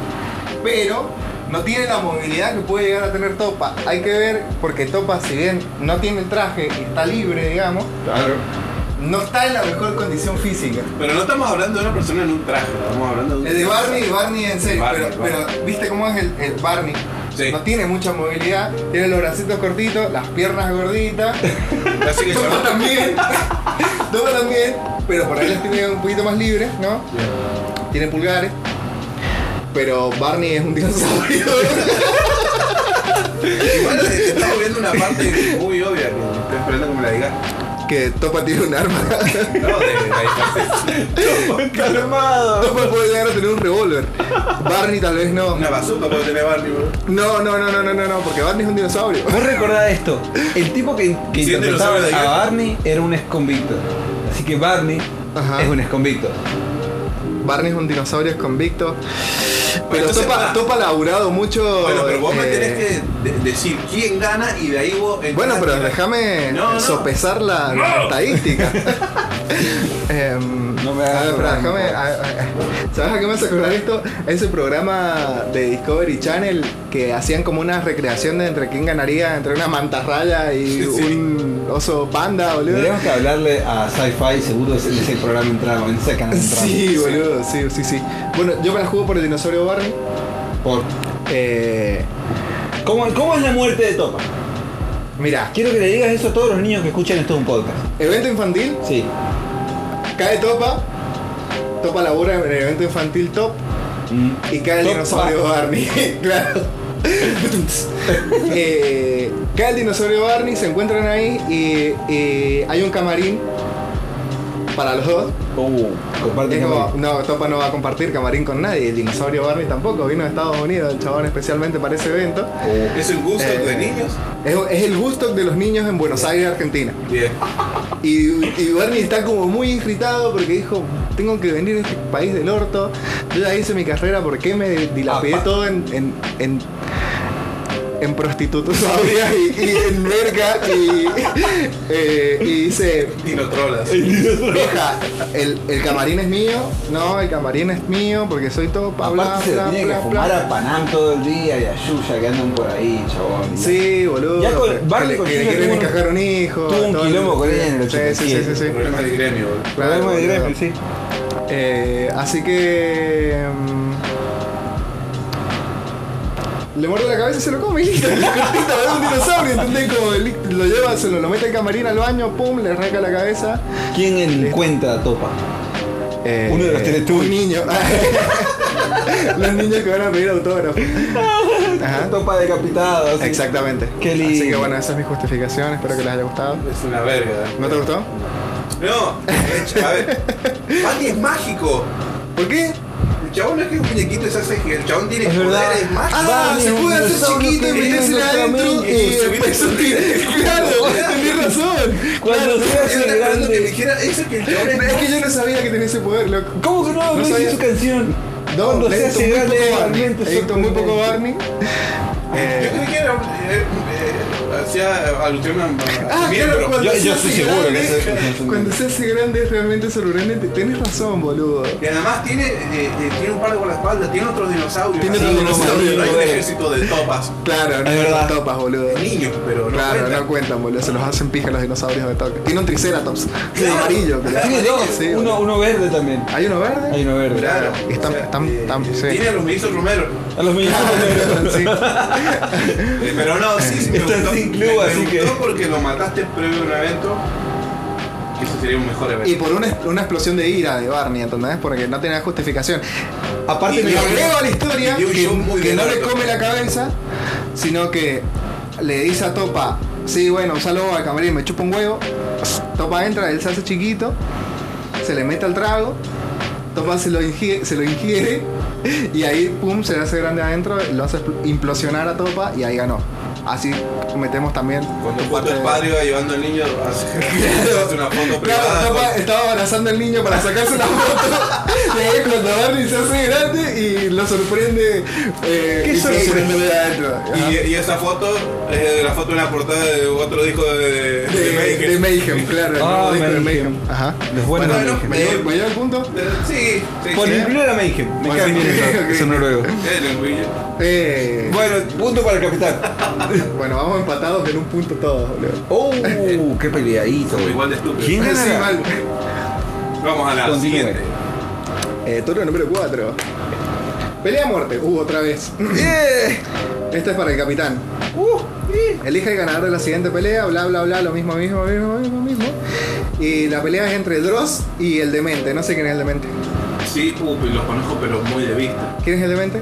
A: pero no tiene la movilidad que puede llegar a tener Topa. Hay que ver, porque Topa, si bien no tiene el traje y está libre, digamos,
B: Claro.
A: no está en la mejor condición física.
B: Pero no estamos hablando de una persona en un traje, estamos hablando de un.
A: El de Barney, Barney en serio,
B: Barney,
A: pero,
B: Barney.
A: pero viste cómo es el, el Barney.
B: Sí.
A: No tiene mucha movilidad, tiene los bracitos cortitos, las piernas gorditas,
B: Así que
A: Topa
B: yo.
A: también, Topa también, pero por ahí las tiene un poquito más libres, ¿no? Tiene pulgares. Pero Barney es un dinosaurio.
B: Igual te estás volviendo una parte muy obvia que estoy esperando que me la digas.
A: que Topa tiene un arma.
B: No, de la distancia.
C: Calmado.
A: Topa puede llegar a tener un revólver. Barney tal vez no.
B: Una bazooka puede tener Barney, bro.
A: No, no, no, no, no, no, no, porque Barney es un dinosaurio.
C: Vos recordá esto. El tipo que, que
B: Sí,
C: interpretaba
B: dinosaurio de
C: a
B: guerra.
C: Barney era un exconvicto. Así que Barney
A: Ajá.
C: es un exconvicto.
A: Barney es un dinosaurio es convicto. Pero
B: entonces,
A: Topa,
B: ah.
A: Topa ha laburado mucho.
B: Bueno, pero vos me
A: eh,
B: tenés que de- decir quién gana y de ahí vos.
A: Bueno,
B: entrás
A: pero
B: a tirar.
A: déjame
B: No, no.
A: sopesar la, la estadística. Em,
C: No me hagas
A: a
C: pues.
A: ver, pero
C: acordar,
A: déjame.
C: no.
A: a- a- ¿Sabes a qué me hace acordar esto? A Ese programa de Discovery Channel que hacían como una recreación de entre quién ganaría entre una mantarraya y
B: Sí, sí.
A: un oso panda, boludo.
C: Tendríamos que hablarle a Sci-Fi, seguro en ese programa entramos, en ese canal entramos.
A: Sí, boludo, sí, sí, sí. Bueno, yo me la juego por el dinosaurio Barney.
C: Por-
A: Eh,
C: ¿Cómo, ¿Cómo es la muerte de Topa?
A: mira,
C: Quiero que le digas eso a todos los niños que escuchan esto de un podcast.
A: evento infantil,
C: Sí.
A: Cae Topa, Topa labura en el evento infantil Top
C: Mm.
A: y cae el
C: Topa.
A: dinosaurio Barney, claro. Eh, cae el dinosaurio Barney, se encuentran ahí y, y hay un camarín para los dos.
C: Uh, comparte
A: Es
C: con
A: como, no, Topa no va a compartir camarín con nadie, el dinosaurio Barney tampoco, vino de Estados Unidos, el chabón especialmente para ese evento.
C: Uh,
B: ¿Es un gusto
A: Eh.
B: de niños?
A: Es, es el gusto de los niños en Buenos Aires, Argentina.
B: Bien.
A: Y, y Barney está como muy irritado porque dijo, tengo que venir a este país del orto, yo ya hice mi carrera, ¿por qué me dilapidé
C: Apa.
A: todo en, en, en, en prostitutorias y, y en verga? Y, eh, y dice,
B: Dinotrolas.
A: vieja, el, el camarín es mío, no, el camarín es mío porque soy todo pa' bla,
C: Aparte se
A: bla,
C: le tiene
A: bla,
C: que fumar
A: bla".
C: a Panam todo el día y a Yuya que andan por ahí, chabón.
A: Sí, boludo.
C: Ya con-
A: que
C: Barney
A: le-
C: con
A: que le
C: Chile
A: quieren
C: tuvo un-
A: encajar un hijo.
C: tuvo un
A: todo el-
C: quilombo con ella en el
A: Sí, sí, sí, sí, sí.
B: Problemas de gremio, bro.
A: Claro,
C: Problema de
A: boludo.
C: Gremlin, sí.
A: Eh, así que. mm, le muerde la cabeza y se lo come y listo. Le cortita, ¿verdad? un dinosaurio, ¿entendés? Como el- lo lleva, se lo, lo mete al camarín al baño, pum, le arranca la cabeza.
C: ¿Quién encuentra a Topa?
A: Eh,
C: Uno de los Teletubbies.
A: Un niño. los niños que van a pedir autógrafo. Ajá.
C: Topa decapitado. así.
A: Exactamente.
C: Qué lindo.
A: Así que bueno, esa es mi justificación, espero que les haya gustado.
B: Es una verga.
A: ¿No te gustó?
B: No, a ver. Barney es mágico.
A: ¿Por qué?
B: El chabón no es que un muñequito se hace El chabón tiene
C: Es verdad.
B: poderes mágicos.
A: Ah,
C: Barney
A: se
C: es un
A: puede hacer
C: dinosaurio
A: chiquito y
C: que vive
A: meterse
C: en nuestra
A: adentro y
C: mente.
B: Y se mete
A: empezó a tirar. Claro, tenés razón.
C: Cuando
A: Claro.
C: se
B: Yo estaba
C: hace
B: esperando que me
C: grande.
B: dijera eso que el chabón es
A: Pero Es que
B: mágico.
A: yo no sabía que tenía ese poder, loco.
C: ¿Cómo que no?
A: No
C: No
A: sabía.
C: hice su canción.
A: No,
C: Cuando
A: le he
C: se
A: visto
C: hace
A: muy
C: grande,
A: poco Barney.
C: realmente
A: He visto muy poco
C: sorprendente.
A: Barney.
B: Yo
A: Eh,
B: creí que era. eh, eh, Hacía alusión a. a-
A: Ah,
B: a
A: claro,
B: miembro.
A: cuando
C: Yo-
A: se
C: yo
A: hace
C: estoy seguro que
A: grande-
C: ese es un- es un-
A: Cuando se hace grande es realmente sorprendente. Tenés razón, boludo.
B: Y además tiene, eh, eh, tiene un par de la espalda, tiene otros dinosaurios.
A: Tiene
B: así,
A: otros
B: como
A: dinosaurios,
B: Hay un
C: bueno.
B: ejército de topas,
A: Claro, no
C: verdad.
A: son topas, boludo.
B: de niños, pero no
A: Claro,
B: cuentan.
A: no cuentan, boludo. Se los hacen pija los dinosaurios de toque. Tiene un triceratops.
B: Claro.
A: Amarillo. pero-
C: Tiene dos.
A: Sí,
C: Uno,
A: boludo.
C: uno verde también.
A: ¿Hay uno verde?
C: Hay uno verde.
A: Claro. Están-
B: o sea,
A: están-
B: eh,
A: están- sí.
B: Tiene a los mellizos Romero.
C: A los Minnesota Negros.
A: Sí.
B: Eh, Pero no, sí, sí me
C: Están
B: gustó.
C: sin club,
B: Me- me
C: así que-
B: gustó porque lo mataste previo a un evento. Eso sería un mejor evento.
A: Y por una, una explosión de ira de Barney, ¿entendés? Porque no tenía justificación. Aparte,
B: Y
A: me
B: dio-
A: agrego a la historia
B: dio un show
A: que,
B: muy
A: que no le
B: barato.
A: come la cabeza, sino que le dice a Topa, sí, bueno, usalo al camarín, me chupa un huevo. Topa entra, él se hace chiquito, se le mete al trago, Topa se lo ingiere, se lo ingiere y ahí, pum, se le hace grande adentro, lo hace expl- implosionar a Topa y ahí ganó. Así metemos también
B: Cuando
A: parte
B: justo el
A: de-
B: padre iba llevando al niño, hace hace una foto privada.
A: Claro,
B: con-
A: estaba, estaba abrazando al niño para sacarse la foto. y ahí es cuando Barney se hace grande y lo sorprende. Eh,
C: ¿Qué
A: y
C: sorprende?
A: sorprende de adentro. Ajá.
B: Y, y esa foto es de la foto de la portada de otro disco de,
A: De,
B: de, de Mayhem.
A: de Mayhem, claro. el
C: Ah,
A: nuevo disco de
C: Mayhem.
A: Ajá.
C: Los buenos
A: Bueno,
C: Mayhem.
A: ¿me llevo- ¿Me llevo el punto?
B: Eh, Sí, sí.
C: Por
B: sí.
C: incluir a Mayhem. Me
A: Bueno,
C: cae bien
A: ok,
C: eso,
A: ok.
C: eso noruego.
B: Eh, el orgullo.
A: Eh,
C: Bueno, punto para el capitán.
A: bueno, vamos empatados en un punto todos, boludo. Ah,
C: ¡Oh! ¡Qué peleadito!
B: Somos igual de estúpidos.
C: ¿Quién
A: Sí,
C: ganará?
A: mal.
B: Vamos a la
C: Continúe.
B: siguiente.
A: Eh, turno número 4. Pelea a muerte. Uh, otra vez.
C: Eh,
A: Esta es para el capitán.
C: uh, eh.
A: Elige el ganador de la siguiente pelea, bla bla bla, lo mismo, mismo, mismo, mismo, mismo. Y la pelea es entre Dross y el demente, no sé quién es el demente.
B: Sí, uh, los conozco, pero muy de vista.
A: ¿Quién es el demente?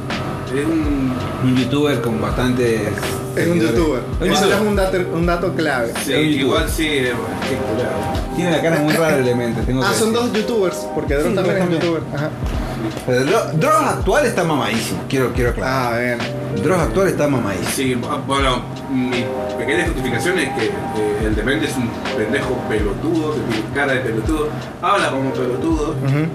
B: Es un.
C: Un youtuber con bastantes.
A: Es un
C: seguidores.
A: youtuber.
C: Un
A: Eso
C: youtuber.
A: es un dato, un dato clave.
B: Sí,
C: Es un
B: igual sí, eh, bueno, sí, claro.
C: Tiene la cara muy rara el elemento. Tengo
A: Ah,
C: que
A: son
C: decir.
A: dos youtubers, porque Dross
C: Sí,
A: también es
C: Dross
A: un
C: también.
A: youtuber. Ajá.
C: Pero Dro- Dross actual está mamadísimo. Quiero, quiero aclarar.
A: Ah, bien.
C: Dross actual está mamadísimo.
B: Sí, ah, bueno, mi pequeña justificación es que eh, el demente es un pendejo pelotudo, que tiene cara de pelotudo, habla como pelotudo,
A: Ujú.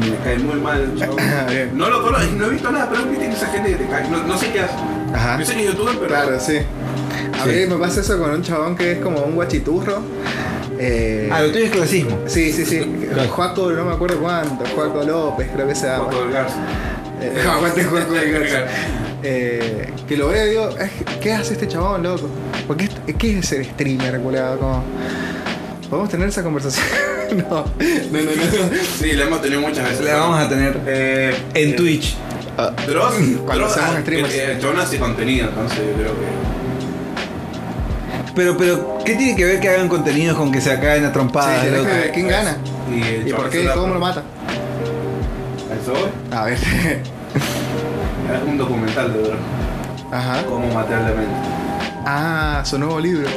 B: me cae muy mal el chavo.
A: Ah, bien.
B: No lo conozco, no he visto nada, pero viste que esa gente que te cae, no, no sé qué hace.
A: Ajá.
B: No sé ni youtuber, pero
A: Ah. Claro, sí. A
C: Sí.
A: mí me pasa eso con un chabón que es como un guachiturro. Eh,
C: Ah, lo tuyo es clasismo.
A: sí, sí, sí.
C: Claro.
A: Joaco, no me acuerdo cuánto. Joaco López, creo que se llama.
B: Paco del Garza.
A: Eh, aguante Juanjo del Garza. Eh, que lo veo y digo, "Ay, ¿qué hace este chabón, loco? ¿Por qué, est- ¿Qué es ser streamer, culiado? Como, ¿Podemos tener esa conversación? no, no, no, no.
B: Sí, la hemos tenido muchas veces.
C: La vamos a tener
B: Eh,
C: en Twitch.
B: Dross,
A: Cuando
B: Dross,
A: seamos
B: ah,
A: streamers.
B: eh, el chabón hace contenido, entonces yo creo que.
C: Pero, pero, ¿qué tiene que ver que hagan contenidos con que se acaben a trompadas?
A: Sí, tenés
C: loco?
A: que ver quién gana.
B: Y, el
A: ¿Y
B: chabón
A: por
B: hace
A: qué?
B: la-
A: ¿Cómo lo mata?
B: ¿A eso voy?
A: A ver.
B: Es un documental de Dross.
A: Ajá.
B: Cómo matar al demente.
A: Ah, su nuevo libro.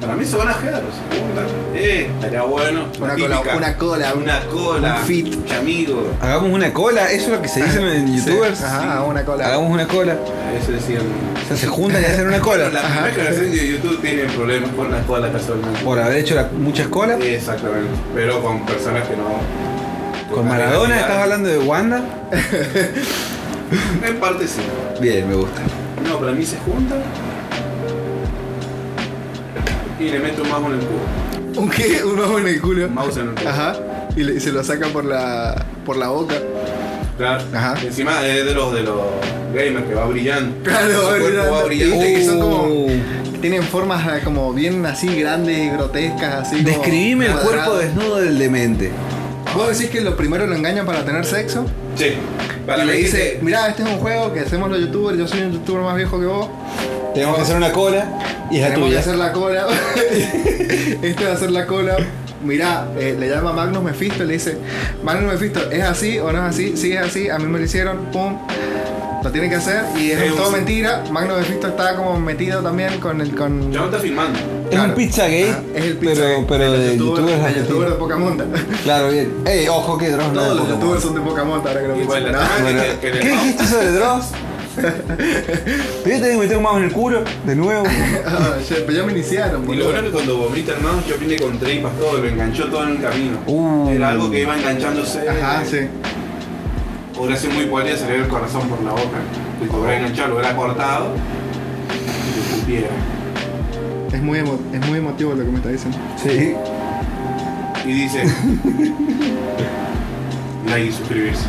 B: Para mí se van a quedar, se preguntan. Eh, estaría bueno.
A: Una
B: típica.
A: cola- una cola, un-
B: Una cola.
A: un fit.
B: Chamigo.
C: Hagamos una cola, eso es lo que se dicen en youtubers.
A: Ajá, hagamos una cola.
C: Hagamos una cola.
B: Eso decían.
C: O sea, se juntan y hacen una
B: Bueno, la
C: cola.
A: Ajá.
B: primera generación de YouTube tiene problemas con la cola casualmente.
C: Por haber hecho la- muchas colas.
B: Exactamente. Pero con personas que no.
C: Con Maradona, ¿estás hablando de Wanda?
B: hablando? En parte sí.
C: Bien, me gusta.
B: No, para mí se juntan. Y le meto más en el culo.
A: ¿Un qué? Un ojo en el culo.
B: Mouse en el culo.
A: Ajá. Y, le- y se lo saca por la, por la boca.
B: Claro.
A: Ajá.
B: Encima es de los de los gamers que va brillando.
A: Claro,
B: Su
A: va
B: cuerpo va
A: brillando.
B: brillando.
A: que son como-
C: Uh,
A: Tienen formas ah, como bien así grandes y grotescas, así. como
C: Describime el cuerpo
A: cuadradas.
C: desnudo del demente.
A: Vos decís que lo primero lo engañan para tener sexo.
B: Sí. Para
A: Uh. y
B: mí
A: le dice,
B: que-
A: mirá, este es un juego que hacemos los youtubers, yo soy un youtuber más viejo que vos.
C: Tenemos que hacer una cola y es la
A: Tenemos que
C: tuya.
A: hacer la cola. este va a hacer la cola. Mirá, eh, le llama Magnus Mephisto y le dice, Magnus Mephisto, ¿es así o no es así? Sí, es así, a mí me lo hicieron, pum. Lo tiene que hacer y es
B: Es un-
A: todo mentira. Magnus Mephisto está como metido también con el... Con...
B: Ya no está filmando.
C: Es un Pizzagate,
A: Ajá, Ah, es el
C: pero-
A: pizza gate.
C: pero de youtubers
A: de
C: argentinos.
A: youtubers de poca monta.
C: Claro, bien. Ey, ojo que Dross no
A: Todos
C: es
A: los
C: Pokémon.
A: youtubers son de poca monta ahora que lo
B: Y
A: pienso.
B: bueno,
A: No.
B: nada,
C: Bueno,
B: que- que en el
C: ¿Qué
B: mouse-
C: dijiste eso de Dross? Te voy a tener que meter un mouse en el culo, de nuevo.
A: Ah, ya- Pero ya me iniciaron,
B: Y lo
A: boludo.
B: bueno es que cuando vomita, hermano, yo vine con tripas todo y me enganchó todo en el camino.
C: Uh.
B: Era algo que iba enganchándose. Eh,
A: Ajá, sí.
B: Podría ser muy podría salir el corazón por la boca. Y podría engancharlo, era cortado. Y lo escupiera.
A: Es muy, emo- es muy emotivo lo que me está diciendo.
C: Sí.
B: Y dice. like y suscribirse.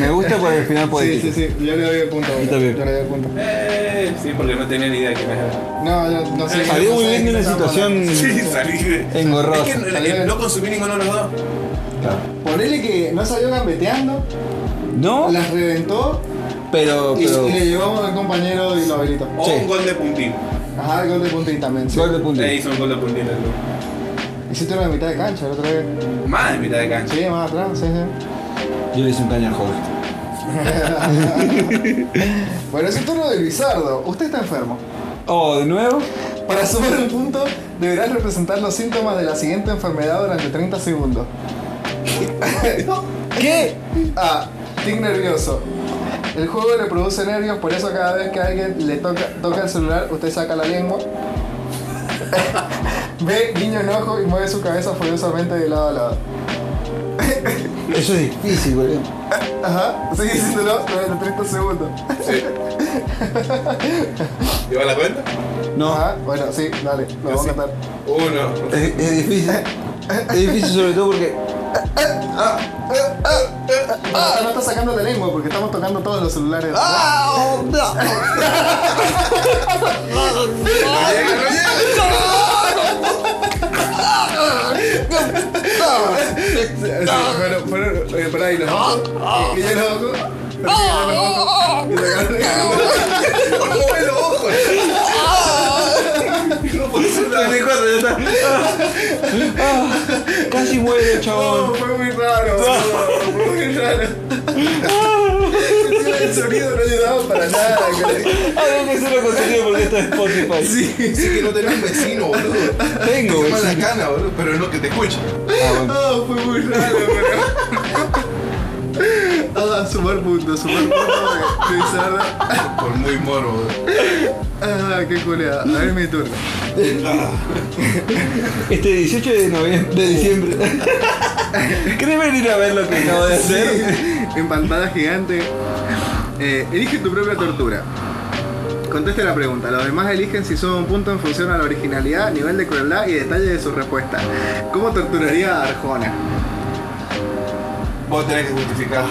C: Me gusta por el final poético.
A: Sí, sí, sí. Yo le doy el punto. boludo.
C: también.
A: Yo le doy el punto.
B: Eh, sí, porque no tenía ni idea de quién era.
A: No, yo no sé.
C: Salió
A: no
C: muy
A: sé
C: bien de
A: qué
C: una
A: estamos
C: situación
A: hablando.
B: Sí, salí de.
C: engorrosa.
B: Es que eh, no consumí ninguno de los dos.
C: Claro.
A: Ponele que no salió gambeteando,
C: No,
A: las reventó
C: pero.
A: y
C: pero
A: le llevamos a un compañero y lo habilitó.
B: O
C: Sí.
B: un gol de puntín.
A: Ajá, el gol de puntín también. Sí.
C: gol de punta.
B: Le hizo un gol de puntín al gol.
A: Hiciste una mitad de cancha la otra vez.
B: Más de mitad de cancha.
A: Sí, más atrás, sí, sí.
C: Yo le hice un caña al Jorge.
A: Bueno, es el turno de Luisardo. Usted está enfermo.
C: Oh, de nuevo.
A: Para sumar un punto, deberás representar los síntomas de la siguiente enfermedad durante 30 segundos.
C: ¿Qué?
A: A. Tic nervioso. El juego le produce nervios, por eso cada vez que alguien le toca, toca el celular, usted saca la lengua. B. Guiño enojo y mueve su cabeza furiosamente de lado a lado.
C: Eso es difícil, boludo.
A: Ajá, sigue diciéndolo durante 30 segundos.
B: Sí. ¿Lleva la cuenta?
C: No.
A: Ajá, bueno, sí, dale, lo vamos a cantar.
B: Uno.
C: Es, es difícil. Es difícil sobre todo porque.
A: Ah, no está sacando la lengua porque estamos tocando todos los celulares.
C: ¡Ah! ¡No!
A: Bueno, fueron eh, por ahí los Guiño enojo. Guiño enojo. y sacaron la lengua.
B: los ojos! No puede ser una de cuatro, ya está.
C: Ah, Casi muere,
A: No,
C: chabón.
A: Oh, fue muy raro, boludo, fue muy raro. Encima El sonido no ayudaba para nada, cara.
C: Había que hacerlo con sonido porque está en Spotify.
B: Sí, sí que no tenés vecino, boludo.
C: Tengo,
B: Toma la
C: vecino.
B: cana, boludo, pero no que te escuche.
C: Ah, bueno.
A: No, Oh, fue muy raro, boludo. Ah, sumar puntos, sumar puntos de Lizardo.
B: Por muy moro, boludo.
A: Ah, qué culeada. A ver mi turno.
C: Este 18 de noviembre, de diciembre. ¿Querés venir a ver lo que acabo de hacer?
A: En pantalla gigante. Eh, elige tu propia tortura. Conteste la pregunta. Los demás eligen si suma un punto en función a la originalidad, nivel de crueldad y detalle de su respuesta. ¿Cómo torturaría a Arjona?
B: Vos tenés que justificar.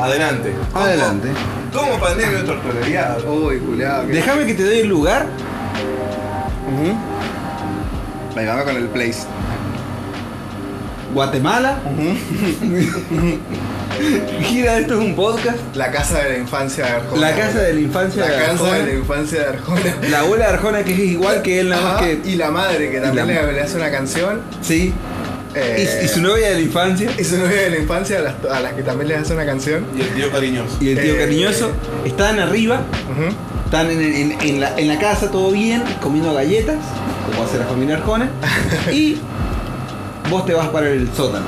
B: Adelante.
C: Adelante.
B: ¿Cómo pandemia torturaría?
A: Uy, culeado. que-
C: Déjame que te doy el lugar.
A: Ahí vamos con el place.
C: Guatemala. Gira, esto es un podcast.
A: La casa de la infancia de Arjona.
C: La casa de la infancia
A: La
C: de
A: casa
C: Arjona.
A: de la infancia de Arjona.
C: La abuela de Arjona que es igual que él, nada más
A: Ajá,
C: que.
A: Y la madre, que también
C: la-
A: le- le hace una canción.
C: Sí. Y,
A: eh,
C: y su novia de la infancia.
A: y su novia de la infancia, a las, a las que también le hace una canción.
B: Y el tío cariñoso.
C: Y el tío
A: Eh,
C: cariñoso. Están arriba.
A: Ujú.
C: Están en, en- en la, en la casa, todo bien, comiendo galletas, como hace la familia Arjona. y vos te vas para el sótano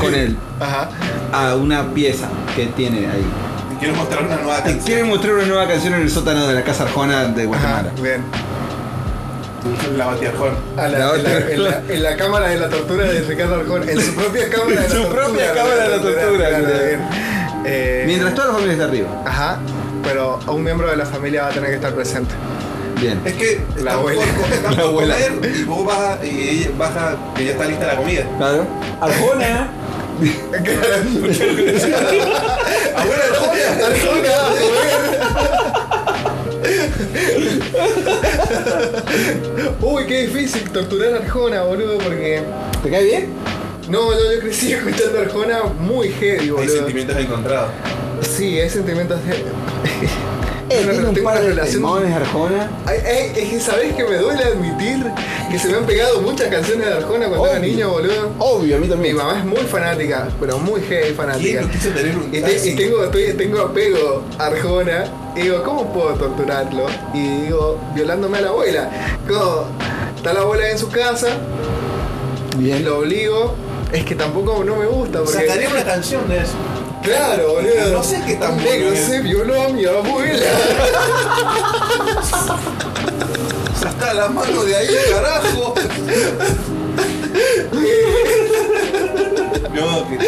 C: con él
A: Ajá.
C: a una pieza que tiene ahí.
B: Te quiero mostrar una nueva
C: Te
B: canción.
C: quieren mostrar una nueva canción en el sótano de la casa Arjona de Guatemala.
A: Ajá. Bien.
B: La batiarjón.
A: A la-
C: La
A: en, la,
C: otra.
A: en la- en la cámara de la tortura de Ricardo Arjón. En su propia cámara de la
C: En su
A: tortura.
C: propia cámara de la tortura,
A: Claro,
C: claro.
A: bien. Eh,
C: Mientras toda la familia está arriba.
A: Ajá. Pero un miembro de la familia va a tener que estar presente.
C: Bien.
B: Es que
A: La
B: estás
A: abuela.
B: por co- estás
C: La
B: por
C: abuela.
B: comer y vos vas a, y ella- vas a- que ya está lista la comida.
C: Claro. Arjona.
B: ¡Abuela de joya!
A: Uy, qué difícil torturar a Arjona, boludo, porque.
C: ¿Te cae bien?
A: No, yo, yo crecí escuchando a Arjona muy heavy,
B: Hay
A: boludo.
B: sentimientos encontrados.
A: Sí, hay sentimientos de.
C: Eh,
A: Tengo
C: tiene un
A: una
C: par de
A: relación-
C: temones, Arjona.
A: Ay, ay, es que sabes que me duele admitir que se me han pegado muchas canciones de Arjona cuando era
C: Obvio.
A: niño, boludo.
C: Obvio, a mí
A: Mi
C: también.
A: mamá es muy fanática, pero muy heavy
B: ¿Quién
A: fanática.
B: no quiso tener un
A: Y, te- y
B: taxi?
A: tengo, estoy- tengo apego a Arjona. Y digo, ¿cómo puedo torturarlo? Y digo, violándome a la abuela. Como, está la abuela en su casa,
C: Bien.
A: lo obligo. Es que tampoco no me gusta porque...
B: Sacaría una canción de eso.
A: Claro, boludo.
B: No sé qué tan
A: Un
B: bueno
A: negro
B: es.
A: se violó a mi abuela.
B: Saca la mano de ahí, carajo. No, que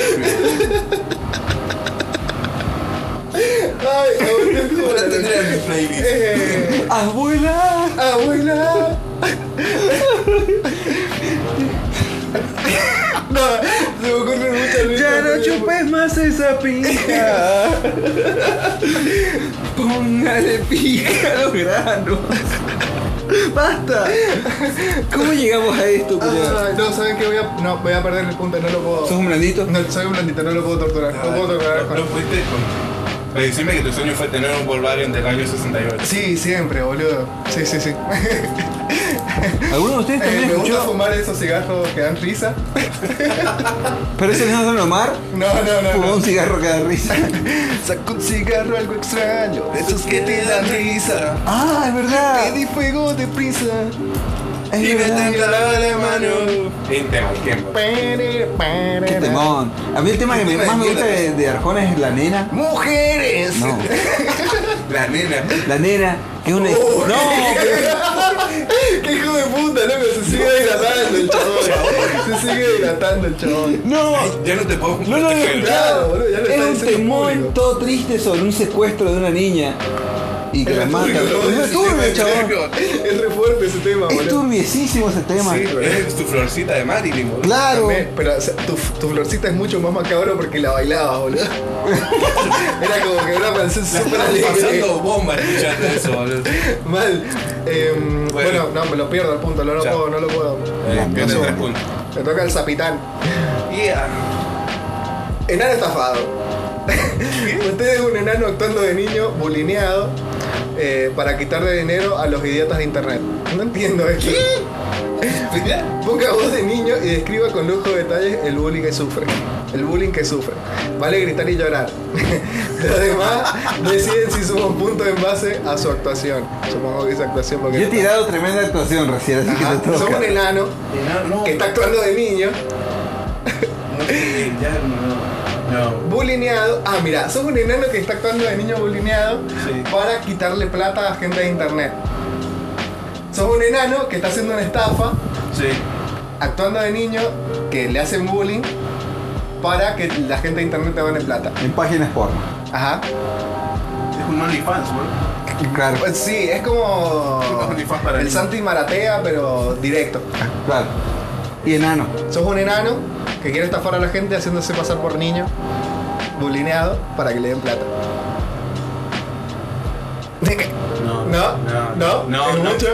A: Ay, abuela.
B: Ahora tendría en mi playlist.
A: Eh,
C: Abuela.
A: abuela. No, se me ocurre muchas veces.
C: Ya no chupes más esa pija. Póngale pija a los granos. ¡Basta! Ah. ¿Cómo llegamos a esto, culiao?
A: Ay, No, ¿saben qué? Voy a, no, voy a perder el punto, no lo puedo.
C: ¿Sos un blandito?
A: No, soy un blandito, no lo puedo torturar. No puedo
C: Ah,
A: torturar.
B: No, no fuiste con... Pero decime que tu sueño fue tener un Volvarian del año 68.
A: Sí, siempre, boludo. Sí, sí, sí.
C: ¿Alguno de ustedes
A: Eh,
C: también
A: me gusta
C: escuchó?
A: fumar esos cigarros que dan risa.
C: Parece que no son Omar.
A: No, no, no.
C: Fumó
A: no.
C: un cigarro que da risa.
A: Saca un cigarro algo extraño, de esos que te dan risa.
C: ¡Ah, es
A: Te
C: verdad!
A: di fuego de prisa.
C: Es verdad.
B: clavada la mano. En tema, en tiempo.
C: Qué temón. A mí el tema que me- más me gusta de, de Arjona es la nena.
A: ¡Mujeres!
C: No,
B: La nena.
C: la nena, que es una.
A: Oh.
C: ¡No!
A: ¡Qué hijo de puta, loco! Se sigue dilatando el chabón. Se sigue dilatando el chabón.
C: ¡No!
B: Ya no te puedo
C: No lo había
B: proteger.
A: Claro,
C: escuchado.
A: boludo, ya lo está
C: Es un
A: diciendo
C: temón
A: público.
C: todo triste sobre un secuestro de una niña. Y que
A: Es
C: la mata.
A: turbio, ¿no?
C: Es
A: Sí,
C: turbio,
A: sí,
C: chabón.
A: Es re fuerte ese tema,
C: Es
A: boludo.
C: turbiesísimo ese tema.
A: Sí, boludo.
B: Es tu florcita de Marilyn, boludo.
C: Claro.
A: También, pero o sea, tu, tu florcita es mucho más macabro porque la bailabas, boludo. Era como que una canción súper
B: Estás
A: alegre.
B: pasando bomba escuchando eso, boludo.
A: Mal. Em, bueno.
B: Bueno.
A: no, me lo pierdo el punto, no lo
B: Ya.
A: puedo, no lo puedo.
B: Eh, Pierde
A: No sé.
B: tres puntos.
A: Me toca el zapitán.
B: Yeah.
A: Enano estafado. Usted es un enano actuando de niño, bulineado, eh, para quitarle dinero a los idiotas de internet. No entiendo esto. Ponga voz de niño y describa con lujo de detalles el bullying que sufre. El bullying que sufre. Vale gritar y llorar. Los demás deciden si suman puntos en base a su actuación. Supongo que es actuación porque...
C: Yo he tirado tremenda actuación recién, así que
A: Ajá,
C: te
A: Somos
C: toca.
A: un enano
B: No, no.
A: que está actuando de niño,
B: No, sí, ya no. No.
A: bulineado. Ah, mira, sos un enano que está actuando de niño bulineado
B: Sí.
A: para quitarle plata a gente de internet. Sos un enano que está haciendo una estafa,
B: Sí.
A: actuando de niño, que le hacen bullying para que la gente de internet te gane plata.
C: En páginas porno.
A: Ajá.
B: Es un OnlyFans, boludo.
C: Claro,
A: Pues sí, es como
B: OnlyFans para
A: el
B: niños.
A: Santi Maratea, pero directo.
C: claro. Y enano.
A: Sos un enano que quiere estafar a la gente haciéndose pasar por niño, bulineado, para que le den plata.
B: No.
A: No, no,
B: No,
A: es
B: no.
A: mucho.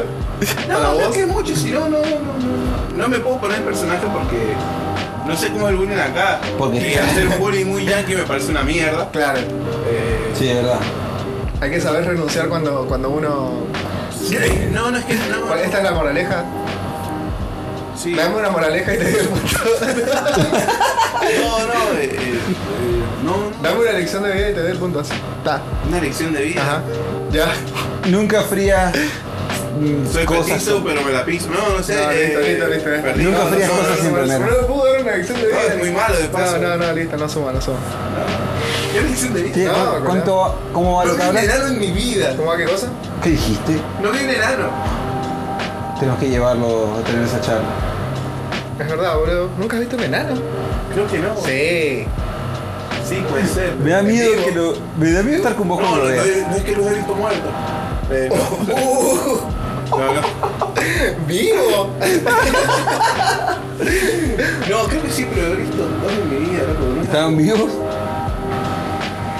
B: No,
A: ¿Para
B: no
A: vos?
B: es que mucho, si no, no, no, no, no me puedo poner personaje porque no sé cómo es el bullying acá.
C: Porque-
B: Y hacer bullying muy yankee me parece una mierda.
A: Claro,
B: Eh,
C: Sí, de verdad.
A: hay que saber renunciar cuando, cuando uno.
B: sí, No, no es que no.
A: Bueno, Esta es la moraleja.
B: Sí.
A: Dame una moraleja y te digo el punto.
B: No, no, eh, eh, eh, no, no.
A: Dame una lección de vida y te doy el punto así. Está.
B: Una lección de vida.
A: Ajá. Ya.
C: Nunca frías mm,
B: Soy
C: cosas.
B: petizo, pero me la piso. No, no sé.
A: No, listo,
B: eh,
A: listo, listo, listo.
B: perdido,
C: Nunca frías cosas sin
A: No,
C: remera.
A: no le puedo dar una lección de vida.
B: No, es muy malo, de paso.
A: No, no, no, listo, no suma, no suma.
B: ¿Qué lección de vida?
C: Sí,
A: No,
C: ¿cu-
A: ¿verdad?
C: ¿cuánto, va- ¿Cómo va lo
B: No
C: que
B: vi un
C: hablas?
B: enano en mi vida.
A: ¿Cómo va qué cosa?
C: ¿Qué dijiste?
B: No vi un enano.
C: Tenemos que llevarlo a tener esa charla.
A: Es verdad, boludo. ¿Nunca has visto un enano?
B: Creo que no.
A: Sí.
B: Sí, puede ser.
C: Me da
B: Es
C: miedo
B: vivo.
C: que lo. Me da miedo estar con vos
B: No,
C: cuando
B: no,
C: lo
B: no,
C: veas.
B: no es que los he visto muertos. Eh, no. No, no.
A: ¡Vivo!
B: No, creo que sí, pero he visto dos en mi vida, loco. No,
C: ¿Estaban vivos?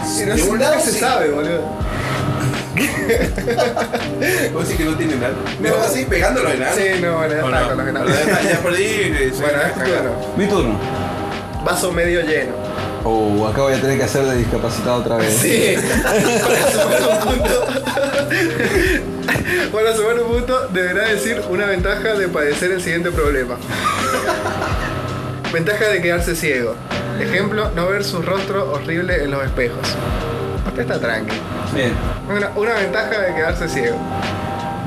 A: Si
B: De
A: no
B: volada
A: nada se
B: sí.
A: sabe, boludo.
B: Vos decís que no tienen nada. Me
A: No.
B: vas a seguir pegando los enanos.
A: Sí, no, bueno, ya
B: ¿O
A: está con los enanos.
B: Ya está, Ya perdí. eh, soy
A: Bueno,
B: una
A: es tu
B: cagada.
A: turno.
C: Mi turno.
A: Vaso medio lleno.
C: Oh, acá voy a tener que hacer de discapacitado otra vez.
A: Sí. Para sumar un punto. Para sumar un punto, deberá decir una ventaja de padecer el siguiente problema. Ventaja de quedarse ciego. Ejemplo, no ver su rostro horrible en los espejos. Usted está tranqui.
C: Bien.
A: Una, una ventaja de quedarse ciego.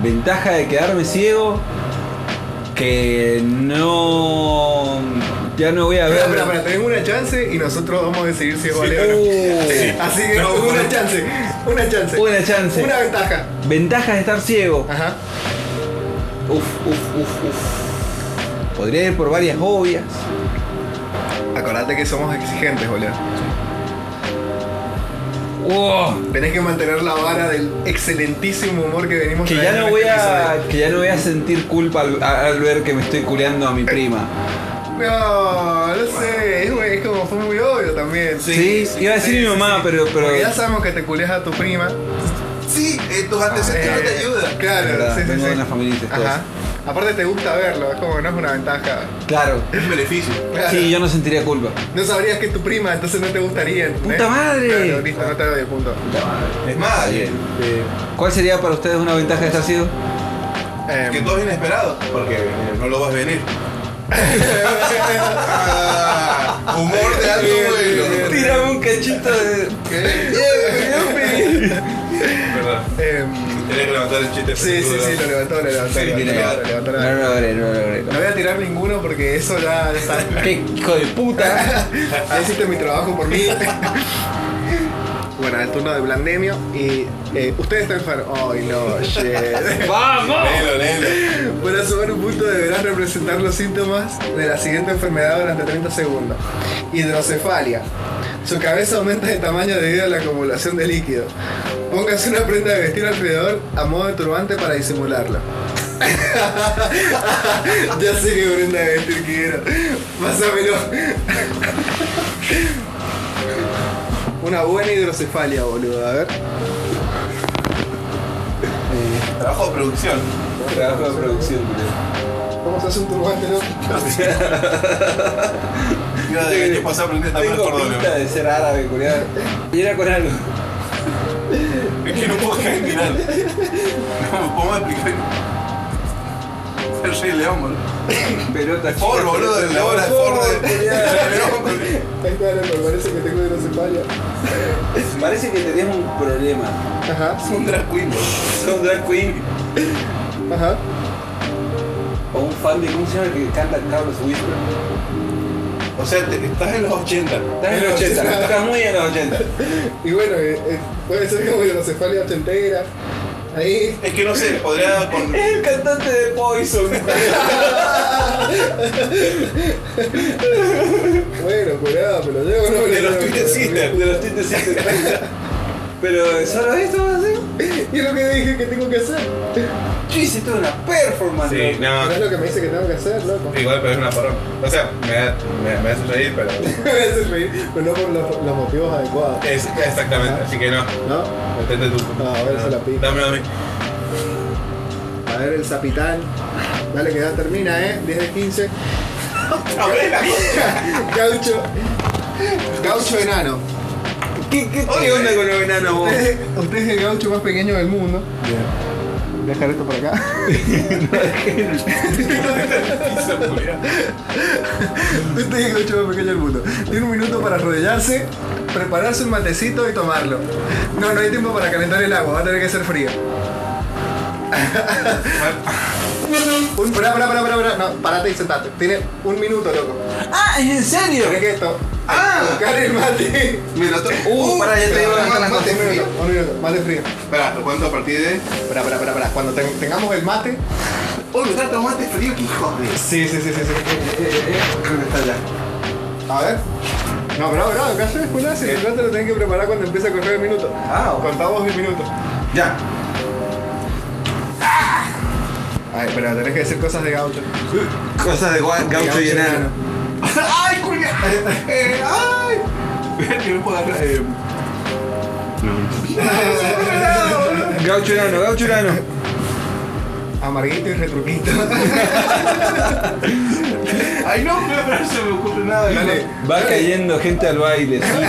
C: Ventaja de quedarme ciego. Que no. Ya no voy a ver.
A: Espera, espera, espera, tenemos una chance y nosotros vamos a decidir si es vale o no.
C: Oh,
A: Así que una chance, una chance.
C: Una chance.
A: Una ventaja.
C: Ventaja de estar ciego.
A: Ajá.
C: Uf, uf, uf, uf. Podría ir por varias obvias.
A: Acordate que somos exigentes, boludo.
C: Wow.
A: Tenés que mantener la vara del excelentísimo humor que venimos
C: Que ya
A: trayendo
C: no
A: en
C: voy
A: este
C: a. Que ya no voy a sentir culpa al, al ver que me estoy culeando a mi prima.
A: episodio. No, no sé, es, es como fue muy obvio también.
C: Sí, iba a decir mi mamá, pero. pero
A: Porque ya sabemos que te culeas a tu prima.
B: Sí, eh, tus antecedentes no te
A: Eh,
B: ayudan.
A: Claro,
C: Verdad,
A: sí, sí,
C: vengo
A: sí.
C: de una familia incestuosa.
A: Ajá. Aparte te gusta verlo, es como que no es una ventaja.
C: Claro.
B: Es un beneficio.
A: Claro.
C: Sí, yo no sentiría culpa.
A: No sabrías que es tu prima, entonces no te gustaría. ¿entendés?
C: ¡Puta madre!
A: Claro, listo, no te doy el punto.
B: Es más, eh,
C: ¿Cuál sería para ustedes una ventaja de estar sido?
A: Eh,
B: que todo es inesperado, porque eh, no lo vas a venir. Ah, humor de alto vuelo.
C: Tírame un cachito de.
B: Perdón,
A: em,
B: tenés que levantar el chiste.
A: sí, sí,
B: pelotudo.
A: sí, lo levantó, lo levantó.
B: Sí,
A: lo
B: tiene
A: levantó, lo
C: No
A: levantó, lo
C: lo
A: levantó.
C: logré, no lo logré.
A: No voy a tirar ninguno porque eso ya está.
C: ¡Qué hijo de puta!
A: Ya hiciste mi trabajo por mí. Bueno, el turno de Blandemio y eh, ustedes están enfermos. Ay, no, shit.
C: ¡Vamos!
B: Léelo, léelo.
A: Para sumar un punto deberás representar los síntomas de la siguiente enfermedad durante 30 segundos. Hidrocefalia. Su cabeza aumenta de tamaño debido a la acumulación de líquido. Póngase una prenda de vestir alrededor a modo de turbante para disimularlo. ya sé qué prenda de vestir quiero. Pásamelo. Una buena hidrocefalia, boludo. A ver.
B: Trabajo de producción.
C: Trabajo de producción, boludo.
A: ¿Cómo se hace un turbante, loco?
B: Yo de que pasé a aprender también
C: Tengo pinta
B: cordón.
C: de ser árabe, culiado. Y era con algo.
B: Es que no puedo caer en nada. No, ¿Cómo explicar? El rey león, boludo.
C: Pelota.
B: Ford, boludo, de la hora de Ford. de-
C: Ford,
B: El león, boludo.
A: Ahí está, loco. Parece que tengo hidrocefalia.
C: Parece que tenías un problema.
A: Ajá,
B: Es un drag queen, boludo.
C: Son drag queen.
A: ajá.
C: O un fan de. ¿Cómo se llama el que canta Carlos Whisper?
B: O sea, te- estás en los 80.
C: Estás en los 80. Estás muy en los 80.
A: Y bueno, eh, eh, puede ser como hidrocefalia ochentera. Ahí.
B: Es que no sé, podría con.
C: Es el cantante de Poison.
A: Bueno, curado, pero yo no
B: De los Twisted
A: tuitecitos.
B: Sisters.
C: De los tintes Pero solo esto va a ser.
A: Y es lo que dije que tengo que hacer.
C: Yo hice toda una performance.
B: Sí,
C: ¿no?
B: no.
A: Pero es lo que me dice que tengo que hacer, loco.
B: Igual, pero es una parón. O sea, me, da- me, me hace reír, pero.
A: Me hace reír, pero no por los, los motivos adecuados.
B: Es, exactamente, así que no.
A: ¿No?
B: Metete tú.
A: No, Ah, a ver, se la pico.
B: Dame a mí.
A: A ver el zapitán. Dale que ya termina, eh. 10 de 15.
B: A ver, la
A: Gaucho. Gaucho enano.
C: ¿Qué, qué, qué onda con los enanos vos?
A: Usted, usted es el gaucho más pequeño del mundo. Voy a dejar esto por acá.
B: pizza, Julián.
A: Usted es el gaucho más pequeño del mundo. Tiene un minuto para arrodillarse, prepararse un matecito y tomarlo. No, no hay tiempo para calentar el agua, va a tener que ser frío. un, pará, pará, pará, pará, pará. No, parate y sentate. Tiene un minuto, loco.
C: Ah, ¿es en serio?
A: Tenés que esto. ¡Ah! Buscar el mate.
B: Mira,
C: Uh, pará, ya te digo
A: Mate,
C: levantar la cosa.
A: un minuto, un minuto, mate frío.
B: Espera, ¿lo cuento a partir de?
A: Pará, pará, pará, pará. Cuando ten- tengamos el mate.
B: Oh, me está tomate frío, que hijo de.
A: Sí, sí, sí, Eh, sí, sí.
C: Creo que está ya.
A: A ver. No, pero no, acá yo escuela, si el plato lo tenés que preparar cuando empiece a correr el minuto.
C: Ah, ok.
A: Contamos el minuto.
C: Ya.
A: Ay, pero tenés que decir cosas de gaucho.
C: Cosas de Juan, gaucho y enano.
B: ¡Ay, Julián! Eh,
A: ah.
B: ¡Ay! Que no puedo agarrar. eh.
C: Gaucho enano, gaucho enano.
A: Amarguito y retruquito.
B: ¡Ay, no! pero No se me ocurre nada.
A: Dale.
C: Va cayendo gente al baile,
A: No,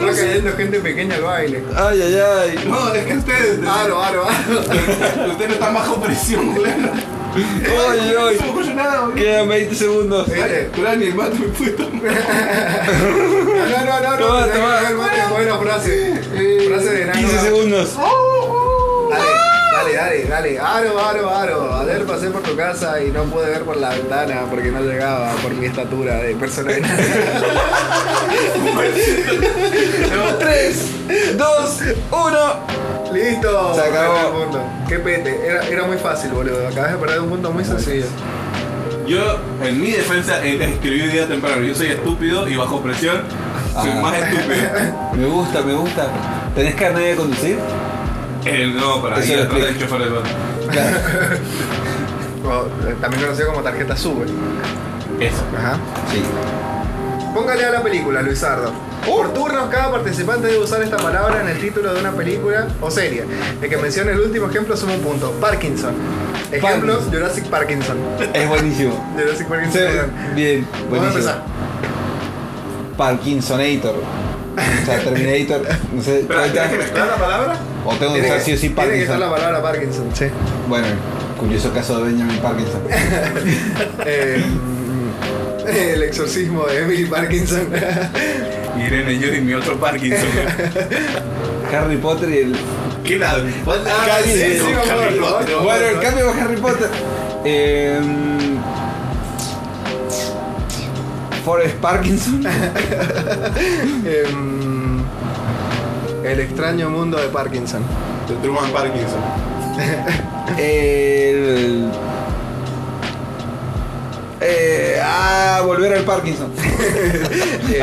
A: no. Está cayendo gente pequeña al baile.
C: Ay, ay, ay.
B: No, es que ustedes.
A: Aro, aro, aro.
B: Ustedes Ah, no están bajo presión, Julián.
C: Ay,
B: No se me
C: ay.
B: ocurre nada, boludo.
C: Quedan 20 segundos.
A: Viste.
B: Julián, ni el mate me puede tomar.
A: No, no, no, no.
C: Toma,
A: tenés que
C: toma.
A: ver, mate, buena frase. Frase de enano.
C: 15 segundos.
A: Dale, dale, dale, dale. Aro, aro, aro. Ayer pasé por tu casa y no pude ver por la ventana porque no llegaba por mi estatura de persona enana.
C: 3, 2, 1.
A: Listo.
C: Se acabó.
A: Gané el punto. Qué pete. Era, era muy fácil, boludo. Acabas de perder un punto muy sencillo.
B: Yo, en mi defensa, él escribí un día temprano. Yo soy estúpido y bajo presión soy
C: Ah.
B: más estúpido.
C: Me gusta, me gusta. ¿Tenés carnet de conducir?
B: Eh, no, para
C: Eso
B: ahí
C: lo
B: atrás del
C: explica.
B: chofer de van.
C: Claro.
A: O, eh, también conocido como tarjeta sube.
B: Eso.
A: Ajá.
C: Sí.
A: Póngale a la película, Luisardo.
C: Uh.
A: Por turnos, cada participante debe usar esta palabra en el título de una película o serie. El que mencione el último ejemplo suma un punto. Parkinson. Ejemplo,
C: Parkinson.
A: Jurassic Parkinson.
C: Es buenísimo.
A: Jurassic
C: Sí,
A: Parkinson.
C: bien,
A: Vamos a
C: buenísimo.
A: empezar.
C: Parkinsonator. O sea, Terminator. No sé.
B: Pero, ¿tenés que mezclar la palabra?
C: O tengo que usar sí o sí
A: tiene que estar la
C: Parkinson.
A: palabra Parkinson, sí.
C: Bueno, curioso caso de Benjamin Parkinson.
A: Eh, el exorcismo de Emily Parkinson.
E: Irene, yo y mi otro Parkinson.
C: Harry Potter y el.
E: ¿Qué nada?
A: Ah, sí, sí,
E: Con
A: vamos,
E: Harry
A: vamos,
E: Potter.
A: vamos.
C: Bueno, el cambio de Harry Potter. Eh, Forrest Parkinson.
A: Em, el extraño mundo de Parkinson.
B: De Truman Parkinson.
C: El. Eh, ah, volver al Parkinson.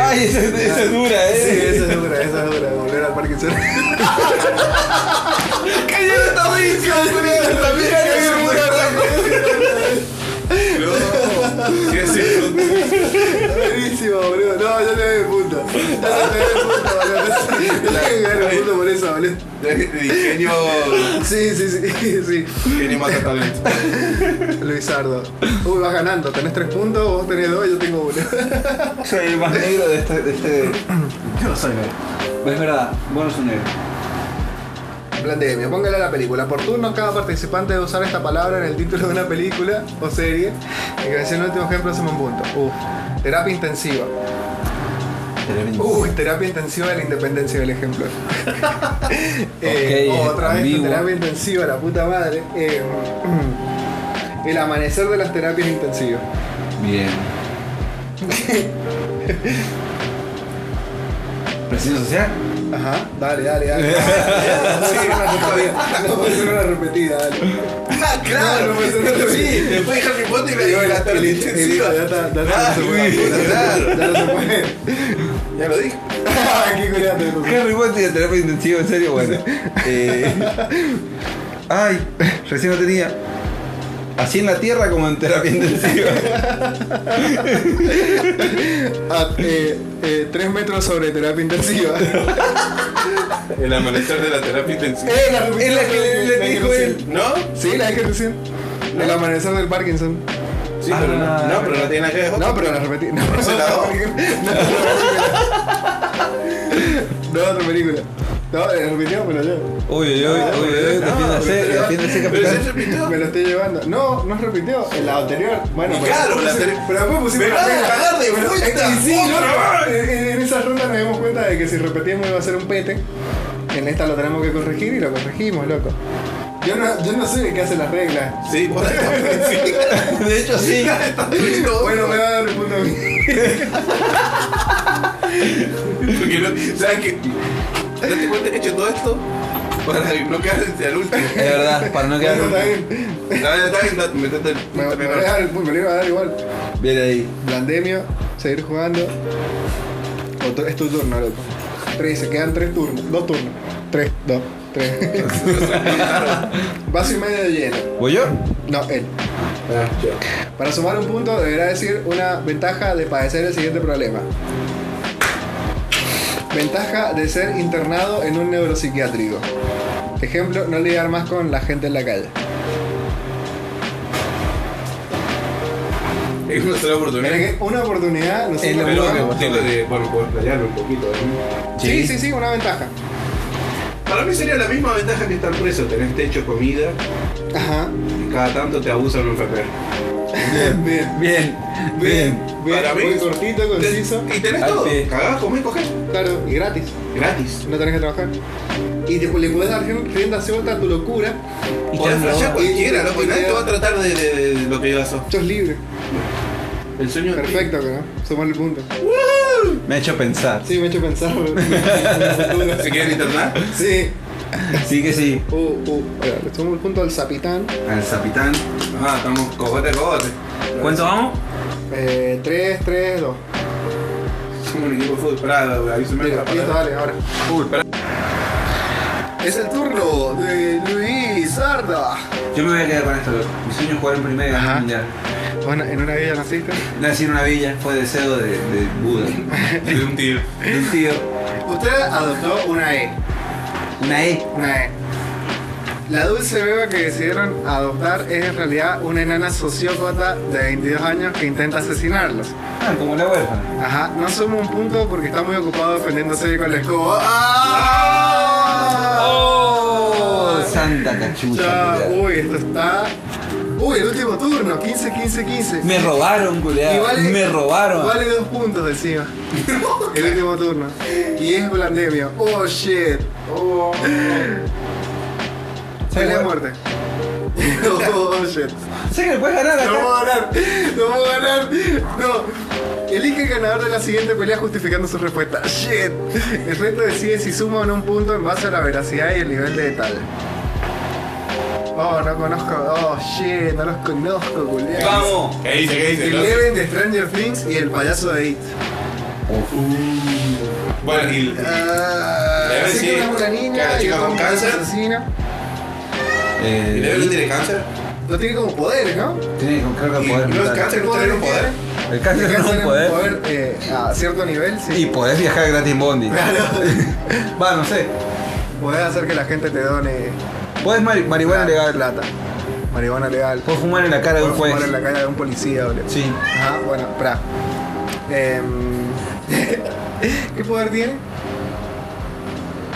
C: Ay, esa, esa es dura,
A: Sí,
C: eh.
A: esa es dura, esa es dura, volver al Parkinson.
B: No, sí, sí.
A: Buenísimo, boludo. No, yo le doy el punto. Yo le doy el punto, boludo. Yo le voy a ganar el punto por eso, boludo.
B: De, de ingenio.
A: Sí, sí, sí, sí.
B: Ingenio mata talento.
A: Luisardo. Uy, vas ganando. Tenés tres puntos, vos tenés dos, yo tengo uno.
C: Soy el más negro de este. De este...
E: Yo no soy
C: Pues Es verdad, vos no sos negro.
A: Planteeme, póngale a la película. Por turno, cada participante debe usar esta palabra en el título de una película o serie. Y que mencione el último ejemplo, suma un punto. Uf. Terapia intensiva.
C: Uh.
A: Uy, terapia intensiva de la independencia del ejemplo. Eh,
C: Ok,
A: otra vez
C: ambiguo.
A: terapia intensiva, la puta madre. Eh, el amanecer de las terapias intensivas.
C: Bien. ¿Presión social?
A: Ajá, dale, dale, dale. No puede ser una repetida, No puede ser una repetida, dale. claro, Ah, no puede ser una repetida.
E: Sí, después de Harry Potter y
A: Digo,
E: la
A: el- el- el-
E: intensiva.
A: ya está- ya está-
E: Ah,
A: se puede,
E: sí,
A: ya está- ya no se puede.
E: Ya lo dije.
A: Ah, qué curioso, entonces.
C: Harry Potter y el terapia intensivo, en serio, bueno. Eh, ay, recién lo tenía. Así en la tierra como en terapia intensiva.
A: Ah, eh, eh, Tres metros sobre terapia intensiva.
B: El amanecer de la terapia intensiva.
A: Eh, la repetida
C: Es la que
A: de-
C: le
A: de-
C: dijo
A: de-
C: él.
B: ¿No?
A: Sí, la dije recién. El amanecer del Parkinson.
B: Sí, pero no. No, pero no tiene nada que ver. con-
A: Ah. No, pero la repetí. No, no,
B: se la
A: no,
B: doy.
A: no, otra película. No, la repetimos, pero yo.
C: Uy, uy, uy, uy, uy, defiéndase, defiéndase,
B: Pero se
C: capitán.
B: repitió.
A: Me lo estoy llevando. No, no repitió. En la anterior. Bueno,
E: Y
A: pero-
E: claro, la anterior.
A: Pero después pusimos.
E: Me vas a
A: regla.
E: cagar de
A: Pero-
E: vuelta,
A: y sí,
E: otra
A: ¿no? En- En en esa ronda nos dimos cuenta de que si repetíamos iba a ser un pete. En esta lo tenemos que corregir y lo corregimos, loco. Yo no, yo no soy el que hace las reglas.
B: Sí, por la
C: De hecho, sí.
A: Bueno, me va a dar el punto a mí.
B: Porque no, ¿sabes qué? Date cuenta que he hecho todo esto para no quedarse al último.
C: Es verdad, para no quedar.
A: Bueno, está bien.
B: No, ya está bien, no, metete el
A: Me,
B: punto
A: me va a
B: menor.
A: dar el punto, me lo iba a dar igual.
C: Bien ahí.
A: Blandemio, seguir jugando. Otro- es tu turno, loco. Tres, se quedan tres turnos. Dos turnos. Tres, dos, tres. Vaso y medio de hielo.
C: ¿Voy yo?
A: No, él. Para sumar un punto, deberá decir una ventaja de padecer el siguiente problema. Ventaja de ser internado en un neuropsiquiátrico. Ejemplo, no lidiar más con la gente en la calle.
B: Es una sola
A: Mira
B: oportunidad.
A: que una oportunidad, no sé,
C: Es lo
A: pero-
B: Pero
C: bueno,
B: vamos, tengo de, bueno, poder playarlo un poquito. ¿no?
A: Sí, sí, sí, una ventaja.
B: Para mí sería la misma ventaja que estar preso. Tenés techo, comida,
A: Ajá.
B: y cada tanto te abusa un enfermero.
A: Bien.
C: Bien, bien.
A: Bien,
B: Para mí-
A: muy cortito, conciso,
B: Y tenés
C: Al
B: todo.
C: pie.
B: Cagás, comés, cogés.
A: claro, y gratis.
B: Gratis.
A: No tenés que trabajar. Y te, le podés dar rienda suelta a tu locura.
C: Y
B: Podés
C: te han
B: flashear
C: robado.
B: cualquiera, loco. Y nadie te va a tratar de, de- de- de lo que yo sos.
A: Sos libre.
B: El sueño
A: Perfecto, ¿no? Sumarle el punto.
C: Me ha hecho pensar.
A: Sí, me ha hecho pensar. en el futuro.
B: ¿Se quieren internar?
A: sí.
C: Sí que sí.
A: Uh, uh. Oiga, le sumo el punto al Zapitán.
B: Al Zapitán. Ah, estamos cogote, cogote.
C: ¿Cuánto vamos?
A: Eh, 3, 3, 2.
B: Somos un equipo de fútbol. Pará, güey, avísame
A: Mira,
B: la
A: listo,
B: palabra.
A: dale, ahora. Es el turno de Luis Arda.
C: Yo me voy a quedar con esto, loco. Mi sueño es jugar en primera
A: Ajá.
C: mundial.
A: Bueno, en una villa naciste.
C: Nací en una villa, fue deseo de, de Buda,
B: De un tío.
C: de un tío,
A: Usted adoptó una E.
C: una E.
A: Una E. La dulce beba que decidieron adoptar es en realidad una enana sociópata de 22 años que intenta asesinarlos.
C: Ah, como la huérfana.
A: Ajá, no somos un punto porque está muy ocupado defendiéndose con la escoba. ¡Ah!
C: Oh, santa cachucha.
A: Ya,
C: culiao.
A: uy, esto está. Uy, el último turno, 15, 15, 15.
C: Me robaron,
A: Y
C: culiao.
A: vale-
C: Me robaron.
A: Vale dos puntos encima. El último turno. Y es blandemia. Oh shit.
C: Oh.
A: Huele a muerte. Oh shit.
C: Sé que le puedes ganar
A: No
C: acá.
A: puedo ganar. No puedo ganar. No. Elige el ganador de la siguiente pelea justificando su respuesta. Shit. El resto decide si suma o no un punto en base a la veracidad y el nivel de detalle. Oh, no conozco. Oh, shit, no los conozco, culiao.
C: Vamos.
B: ¿Qué dice? ¿Qué dice? Lo-
A: Eleven de Stranger Things y el payaso de It.
B: Bueno, y
A: Ah,
B: Eleven
A: sé que
B: sí,
A: una es una niña
B: cada
A: y
B: chica
A: otra
B: con
A: mujer
B: cáncer.
A: asesina.
B: ¿y
C: Eh,
B: Level no tiene cáncer.
A: No tiene como poderes, ¿no?
C: tiene con carga de
B: Y
C: poder.
B: no es
C: mental.
B: cáncer, no tiene un poder.
C: El cáncer no es un
A: un
C: poder.
A: poder eh, a cierto nivel,
C: Y
A: sí.
C: podés viajar gratis en Bondi.
A: Claro.
C: Va, no sé.
A: Podés hacer que la gente te done
C: Podés mari- marihuana
A: plata-
C: legal.
A: plata. Marihuana legal.
C: Podés fumar en la cara de un
A: Puedes
C: juez.
A: fumar en la calle de un policía, boludo.
C: Sí.
A: Ajá, bueno, pra. Em, ¿Qué poder tiene?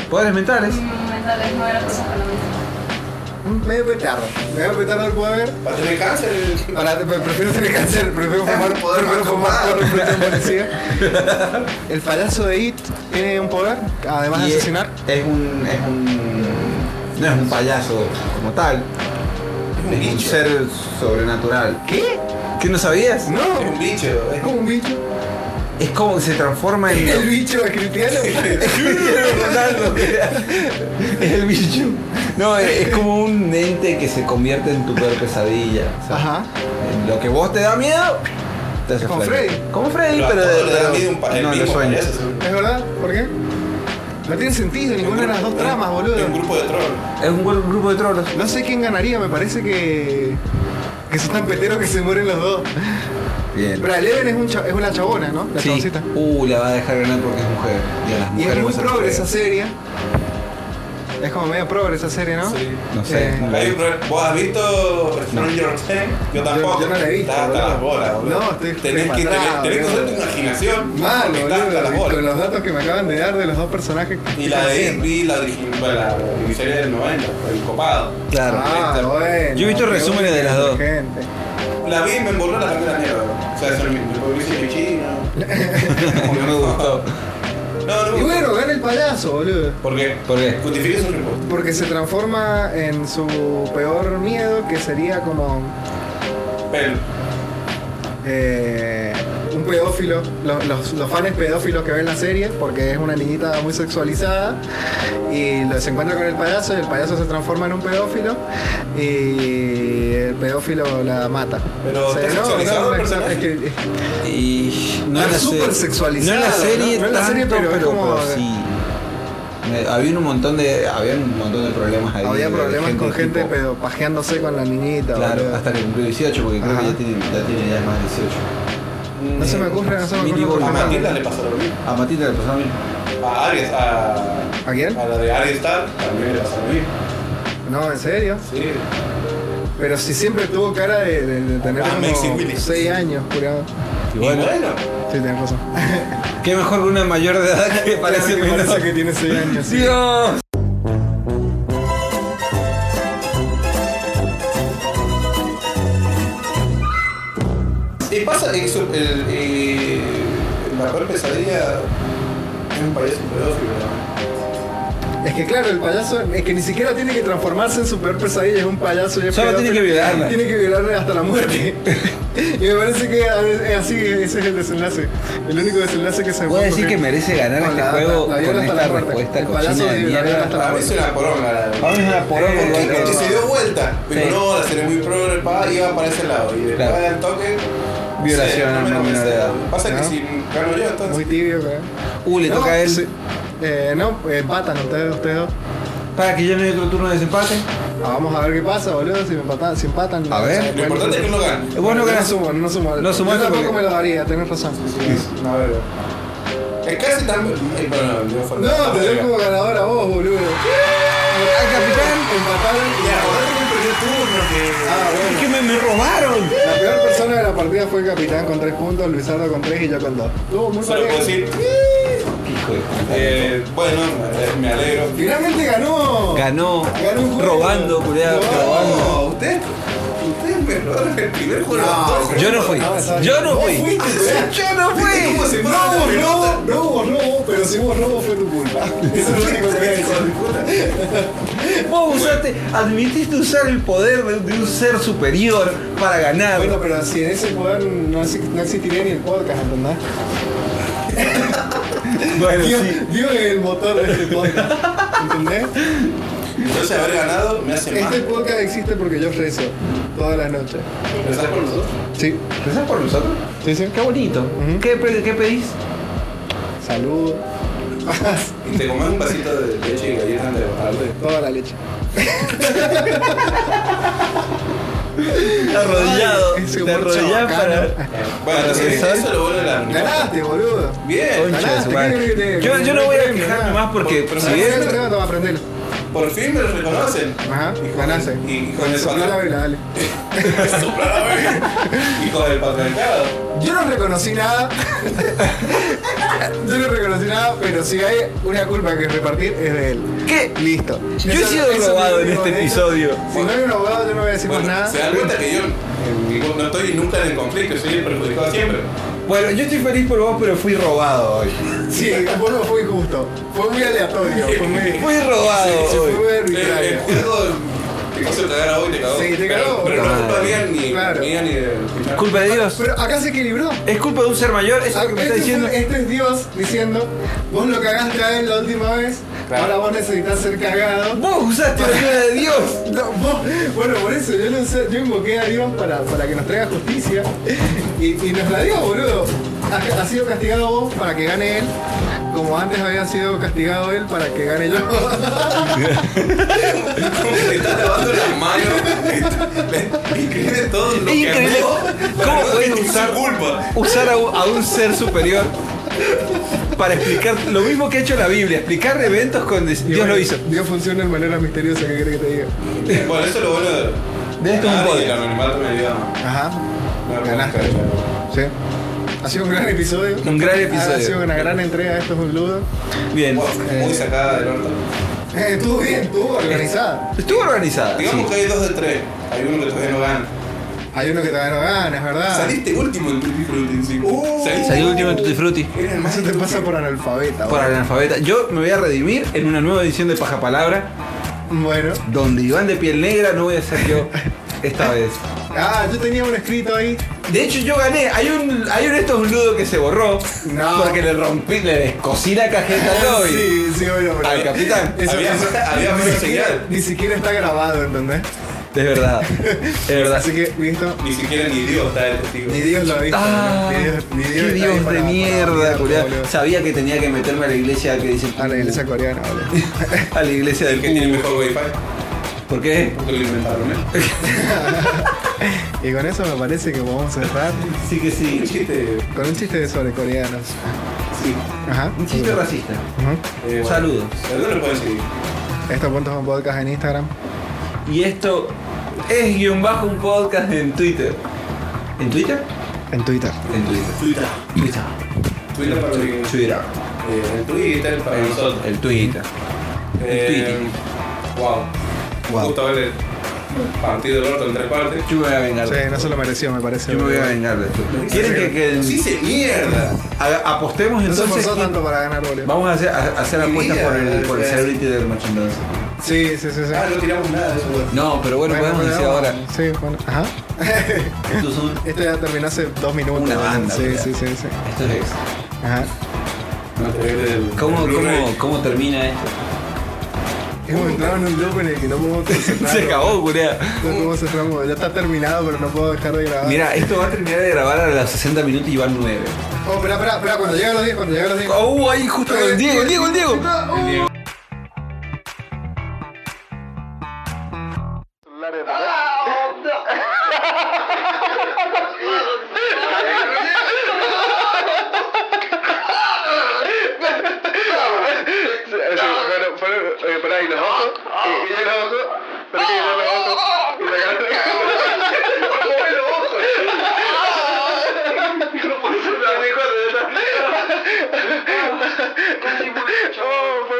C: Poderes mentales.
D: Mentales no era cosa para mí.
A: Medio petardo. Medio petardo el poder.
B: ¿Va a tener Ah, cáncer?
A: Ahora, pre- prefiero tener cáncer, prefiero fumar poder, prefiero fumar poder, prefiero ser policía. El payaso de It tiene un poder, además
C: Y
A: de
C: es-
A: asesinar.
C: Es un. Es un. No es un payaso como tal. Es un
B: bicho.
C: ser sobrenatural.
A: ¿Qué?
C: ¿Qué no sabías?
A: No,
B: Es un bicho.
A: es como un bicho.
C: Es como se transforma en.
A: El bicho de Cristiano.
C: Ronaldo, que- es el bicho. No, es, es como un ente que se convierte en tu peor pesadilla. o sea,
A: Ajá.
C: en Lo que vos te da miedo, te hace
A: Como
C: flaco.
A: Freddy.
C: Como Freddy,
B: Pero a
C: pero.
B: todos le da
C: pero-
B: miedo un pa- el
C: no,
B: mismo
C: lo sueños.
B: payaso, es un-
A: ¿Es verdad? ¿Por qué? No tiene sentido ninguna de las dos tramas,
B: Es
A: boludo.
B: un grupo de trolls.
C: Es un buen grupo de trolos.
A: No sé quién ganaría, me parece que. que son tan peteros que se mueren los dos.
C: Bien.
A: Pero Eleven es, un cha- es una chabona, ¿no? La
C: Sí.
A: chaboncita.
C: Uh, la va a dejar ganar porque es mujer. Y a las
A: Y es
C: mujeres
A: muy
C: no se les
A: progre esa
C: pega.
A: serie. Es como medio progre esa serie, ¿no?
B: Sí.
C: No sé.
A: Eh,
C: no la
B: Ahí,
C: vi.
B: bro, ¿Vos has visto Stranger Things? Yo tampoco.
A: Yo- yo no la he visto,
B: Estás hasta
A: bro.
B: las bolas, boludo.
A: No, estoy- estoy
B: Tenés que
A: embarrado,
B: tener, tenés que
A: bro.
B: usar tu imaginación.
A: Mal,
B: porque estás hasta las
A: boludo, con
B: bolas.
A: los datos que me acaban de dar de los dos personajes. que
B: Y la de
A: estoy haciendo.
B: Henry, la original, bueno, la miniserie del 90, el copado.
C: Claro.
A: Ah, bueno.
C: Yo he visto
A: qué
C: resúmenes de las dos.
A: inteligente.
B: La vi y me envolvió la sangre de la mierda. bro. O sea, eso es mi publicidad pichina.
C: No me gustó.
B: No, no me
A: Y
B: gustó. pues,
A: bueno, gana el payaso, boludo.
B: ¿Por qué?
C: ¿Por e, qué?
B: Justifique su reporte.
A: Porque se transforma en su peor miedo, que sería como
B: Pero,
A: eh, un pedófilo, los, los, los fans pedófilos que ven la serie, porque es una niñita muy sexualizada, y lo- se encuentra con el payaso, y el payaso se transforma en un pedófilo, y el pedófilo la mata.
B: Pero está sexualizado el personaje.
A: es que-
C: Y no
A: Está
C: en la serie-
A: súper sexualizado,
C: No en la serie,
A: ¿no? No en la
C: tanto,
A: serie, pero
C: pero,
A: es como-
C: pero sí. Me- había un montón de había un montón de problemas ahí.
A: había
C: de
A: problemas con gente
C: tipo-
A: pedo, pajeándose con la niñita.
C: Claro,
A: boludo.
C: hasta que cumplió 18 porque creo
A: Ajá.
C: que ya tiene ya tiene ya más de 18.
A: No se me ocurre, no se me
C: Mini
A: ocurre.
B: mm, a
C: Ajá.
B: Matilda le pasó lo mismo.
C: A Matita le pasó a mí.
B: A Aries, a.
A: ¿A quién?
C: Ah.
B: A la de Aries Star también le pasó lo mismo.
A: No, en serio.
B: Sí.
A: Pero si siempre tuvo cara de, de- de tener
B: Ah, Maxi
A: como
B: Willis.
A: 6 años, curado.
B: Y bueno,
A: Sí, tenés razón.
C: Qué mejor que una mayor de edad que parece
A: que
C: menor.
A: parece que tiene 6 años. sí.
C: Dios.
B: Y pasa, y su- el, y la peor pesadilla es un país pedófilo. ¿no?
A: Es que claro, el payaso es que ni siquiera tiene que transformarse en su peor pesadilla, es un payaso. y es
C: Solo tiene
A: pedófilo.
C: que violarla.
A: Tiene que violarla hasta la muerte. y me parece que a ver, es así, ese es el desenlace. El único desenlace que se me
C: Voy a
A: puede
C: decir que
A: ocurrir.
C: merece ganar
A: No,
C: este
A: la-
C: juego
A: la- la viola
C: con
A: hasta la
C: esta
A: muerte.
C: respuesta
A: El palazo
C: cochina de
A: de la viola hasta
C: mierda.
A: la-
B: Para mí es una poronga. la-
C: Vamos a poronga,
B: ¿Qué
C: loco.
B: coche se dio vuelta? Dijo,
C: Sí.
B: no, la serie muy progre, pa, iba para ese lado. Y después
C: Claro.
B: del toque. no
C: Violación
B: sé,
C: a
B: me
C: una
B: convence.
C: menor de edad.
B: Pasa que
A: ¿No?
B: si gano yo, entonces.
A: Muy tibio, cara.
C: Uh, le
A: No,
C: toca a él.
A: sí. Eh, no, empatan eh, ustedes, ustedes dos.
C: para que llame otro turno de desempate.
A: Ah, Vamos a ver qué pasa, boludo. Si, me empatan, si empatan.
C: A ver.
B: Lo importante es que uno gane.
C: Es bueno que
A: no
C: ganas
A: sumo, no sumo.
C: No sumo,
A: Yo tampoco
C: porque-
A: me lo daría, tenés razón.
B: No, pero. El casi tan. eh, Bueno, no, fue-
A: No, te doy como ganador a vos, boludo.
C: al capitán.
A: Empataron.
B: Y acordate que el primer turno que.
A: Ah, bueno.
C: Es que me, me robaron.
A: La peor persona de la partida fue el capitán con 3 puntos, Luisardo con 3 y yo con 2. Estuvo muy
B: Solo puedo
A: parejo.
B: decir. Eh, bueno, eh, me alegro.
A: Finalmente ganó.
C: Ganó.
A: Ganó un juego.
C: Robando, culiado.
A: No.
B: No, usted. Usted me robaron el primer juego.
A: No,
C: Yo no fui.
A: Ah, está bien.
C: Yo no
A: Vos
C: fui.
A: fuiste, ¿eh?
C: Yo no
B: ¿Cómo
C: fui.
A: No, vos
B: se pone la
A: no,
B: pelota?
A: no, vos no, pero si vos no, fue tu culpa. Eso es lo único que voy a decir.
C: Vos usaste, admitiste usar el poder de, de un ser superior para ganar.
A: Bueno, pero si en ese poder no, exi- no existiría ni el podcast, ¿entendés?
C: Bueno,
A: Dios, Dios es el motor de este podcast, ¿entendés?
B: Entonces haber ganado me hace más.
A: Este podcast existe porque yo rezo todas las noches.
B: ¿Empezás con nosotros?
A: Sí,
C: ¿Rezás por nosotros?
A: sí, sí.
C: Qué bonito.
A: Ujú.
C: ¿Qué, pe- qué pedís?
A: Salud, paz,
B: Y te comes un vasito de leche y galletas antes de bajarte.
A: toda la leche.
C: Arrodillado.
A: ese
C: Te
A: humor
C: arrodillás
A: chabacano.
C: para.
B: Bueno, entonces
C: regresar?
B: eso lo vuelve la
A: Ganaste, boludo.
B: Bien,
C: Concha de su
A: Ganaste, ¿qué
C: madre.
A: crees que
C: Yo,
A: te-
C: yo no voy a
A: premio,
C: quejarme
A: nada?
C: más porque
B: Por-
C: si
B: por-
A: Ahí
C: bien.
A: está, te va a tomar, prendelo.
B: por fin me lo reconocen.
A: Ajá,
B: Y con-
A: ganaste.
B: Y con el
A: Sopla la
B: patriarcado.
A: vela, dale.
B: Y con el patriarcado.
A: Yo no reconocí nada. Yo no reconocí nada, pero si hay una culpa que repartir es de él.
C: ¿Qué?
A: Listo.
C: Yo he
A: Eso-
C: sido
A: eso
C: robado
A: no
C: en
A: digo
C: este
A: nada.
C: episodio.
A: Si no hay un abogado, yo no voy a decir más
B: Bueno,
A: nada.
B: se dan cuenta que yo eh, no estoy nunca en el conflicto, soy el perjudicado siempre.
C: Bueno, yo estoy feliz por vos, pero fui robado hoy.
A: Sí, vos no fue injusto. Fue muy aleatorio. Fue muy.
C: Fui robado
A: sí, fue
C: hoy.
A: muy
B: El, el
A: arbitrario.
B: juego te quiso cagar a vos y te cagó.
A: Sí, te cagó,
B: Pero, pero no
A: claro.
B: es culpa mía ni
A: Claro.
B: mía ni de.
C: Culpa de Dios.
A: Pero acá se equilibró.
C: Es culpa de un ser mayor, eso es lo que me está
A: Este,
C: diciendo.
A: fue- este es Dios diciendo, vos lo cagaste a él la última vez, ahora vos necesitas ser cagado.
C: Vos usaste la ayuda de Dios.
A: No, vos- bueno, por eso yo, lo sé, yo invoqué a Dios para, para que nos traiga justicia y, y nos la dio, boludo. Ha, ha sido castigado vos para que gane él, como antes había sido castigado él para que gane yo.
B: Como que te estás lavando las manos. Increíble todo lo
C: Es
B: que
C: increíble.
B: amó.
C: ¿Cómo
B: Pero
C: pueden
B: no es
C: usar-
B: su culpa?
C: Usar a un, a un ser superior para explicar lo mismo que ha hecho la Biblia, explicar eventos con des-
A: Y
C: Dios
A: bueno,
C: lo hizo.
A: Dios funciona de manera misteriosa, ¿qué crees que te diga?
B: Bueno, eso es lo bueno de.
C: De esto es un
B: Ah, y
C: podcast.
B: El anonimato me ayuda más.
A: Ajá,
B: No,
A: Ganaste.
B: no,
A: sí. Ha sido un gran episodio.
C: Un gran
A: Ha
C: episodio.
A: sido una gran entrega, esto es un ludo.
C: Bien.
B: no. Muy sacada del orto.
A: Eh, estuvo bien, estuvo organizada.
C: Estuvo organizada.
B: Digamos
C: ah, sí.
B: que hay dos de tres. Hay uno que todavía no gana.
A: Hay uno que todavía no gana, es verdad.
B: Saliste último en Tutti Frutti encima. Saliste
C: Salió último en Tutti Frutti.
B: Eres el más
A: Eso te pasa por analfabeta.
C: Para analfabeta. Yo me voy a redimir en una nueva edición de Paja Palabra,
A: Bueno.
C: donde Iván de piel negra no voy a ser yo esta vez.
A: Ah, yo tenía un escrito ahí.
C: De hecho yo gané, hay un, hay un esto es un ludo que se borró
A: No.
C: porque le rompí, le descosí la cajeta al lobby.
A: Sí, sí, bueno, pero.
C: Al capitán.
B: Había- había
A: ni,
B: menos
A: siquiera,
B: señal.
A: ni siquiera está grabado, ¿entendés?
C: Es verdad, es verdad.
A: Así que, listo.
B: Ni siquiera ni Dios está el testigo.
A: Ni Dios lo ha visto.
C: Ah,
A: ni Dios, ni Dios
C: qué
A: está ahí
C: Dios
A: para-
C: de
A: para
C: mierda,
A: mirarte,
C: culiao.
A: boludo.
C: Sabía que tenía que meterme a la iglesia que dicen
A: A la iglesia coreana, boludo.
C: a la iglesia
B: El
C: del
B: que tiene
C: culo.
B: mejor wifi.
C: ¿Por qué?
B: Porque lo inventaron, ¿eh?
A: Y con eso me parece que podemos cerrar
C: Sí que sí.
B: Un chiste.
A: con un chiste de sobre coreanos.
B: Sí.
A: Ajá.
C: Un chiste racista.
A: Ujú.
B: Eh, bueno.
C: Saludos.
B: Pero no lo pueden seguir.
A: Esto puntos un podcast en Instagram.
C: Y esto es guión bajo un podcast en Twitter. ¿En Twitter?
A: En Twitter.
C: En Twitter.
B: Twitter.
C: Twitter.
B: Twitter para que.
C: Twitter.
B: eh, el Twitter para nosotros.
C: El Twitter.
B: Eh, wow.
A: Wow.
B: Justo ver el partido del orto en tres partes.
C: Yo me voy a vengar.
A: Sí,
C: de
A: no
C: esto.
A: se lo mereció, me parece.
C: Yo me voy a
A: boludo.
C: vengar de esto. ¿Quieren que, que-
B: Sí, se mierda.
C: haga-
A: No
C: apostemos
A: se
C: entonces?
A: esforzó
C: quién-
A: tanto eh, para ganar, boludo.
C: Vamos a hacer, a- hacer apuestas por el, por el
B: Sí.
C: celebrity del merchandising.
A: Sí, sí, sí, sí.
B: Ah, no tiramos nada de eso. güey.
C: No, pero bueno, podemos
A: pero
C: decir
A: vamos.
C: ahora.
A: Sí, bueno, ajá.
C: Esto es, un-
A: Esto Este ya terminó hace dos minutos.
C: Una banda,
A: Sí,
C: boludo.
A: sí, sí, sí.
C: esto es.
A: Ajá.
B: No te ves del-
C: ¿Cómo,
B: del Blu-ray.
C: cómo, cómo termina esto?
A: Hemos entrado en un loop en el que no podemos cerrar.
C: Se acabó, curea.
A: No podemos cerrar, ya está terminado, pero no puedo dejar de grabar.
C: Mira, esto va a terminar de grabar a los 60 minutos y van 9.
A: Oh, espera, espera, espera, cuando lleguen los 10, Oh, cuando lleguen los 10.
C: ¡Oh, ahí justo con el Diego, el Diego, el Diego!
A: Oh.
F: la arena. Sí, sí, bueno, bueno, eh, por ahí los ojos, y, y yo los ojos, pero que yo los ojos, y la cara. ¡Ojo, los ojos! No puedo ser tan hijo de la- Oh, fue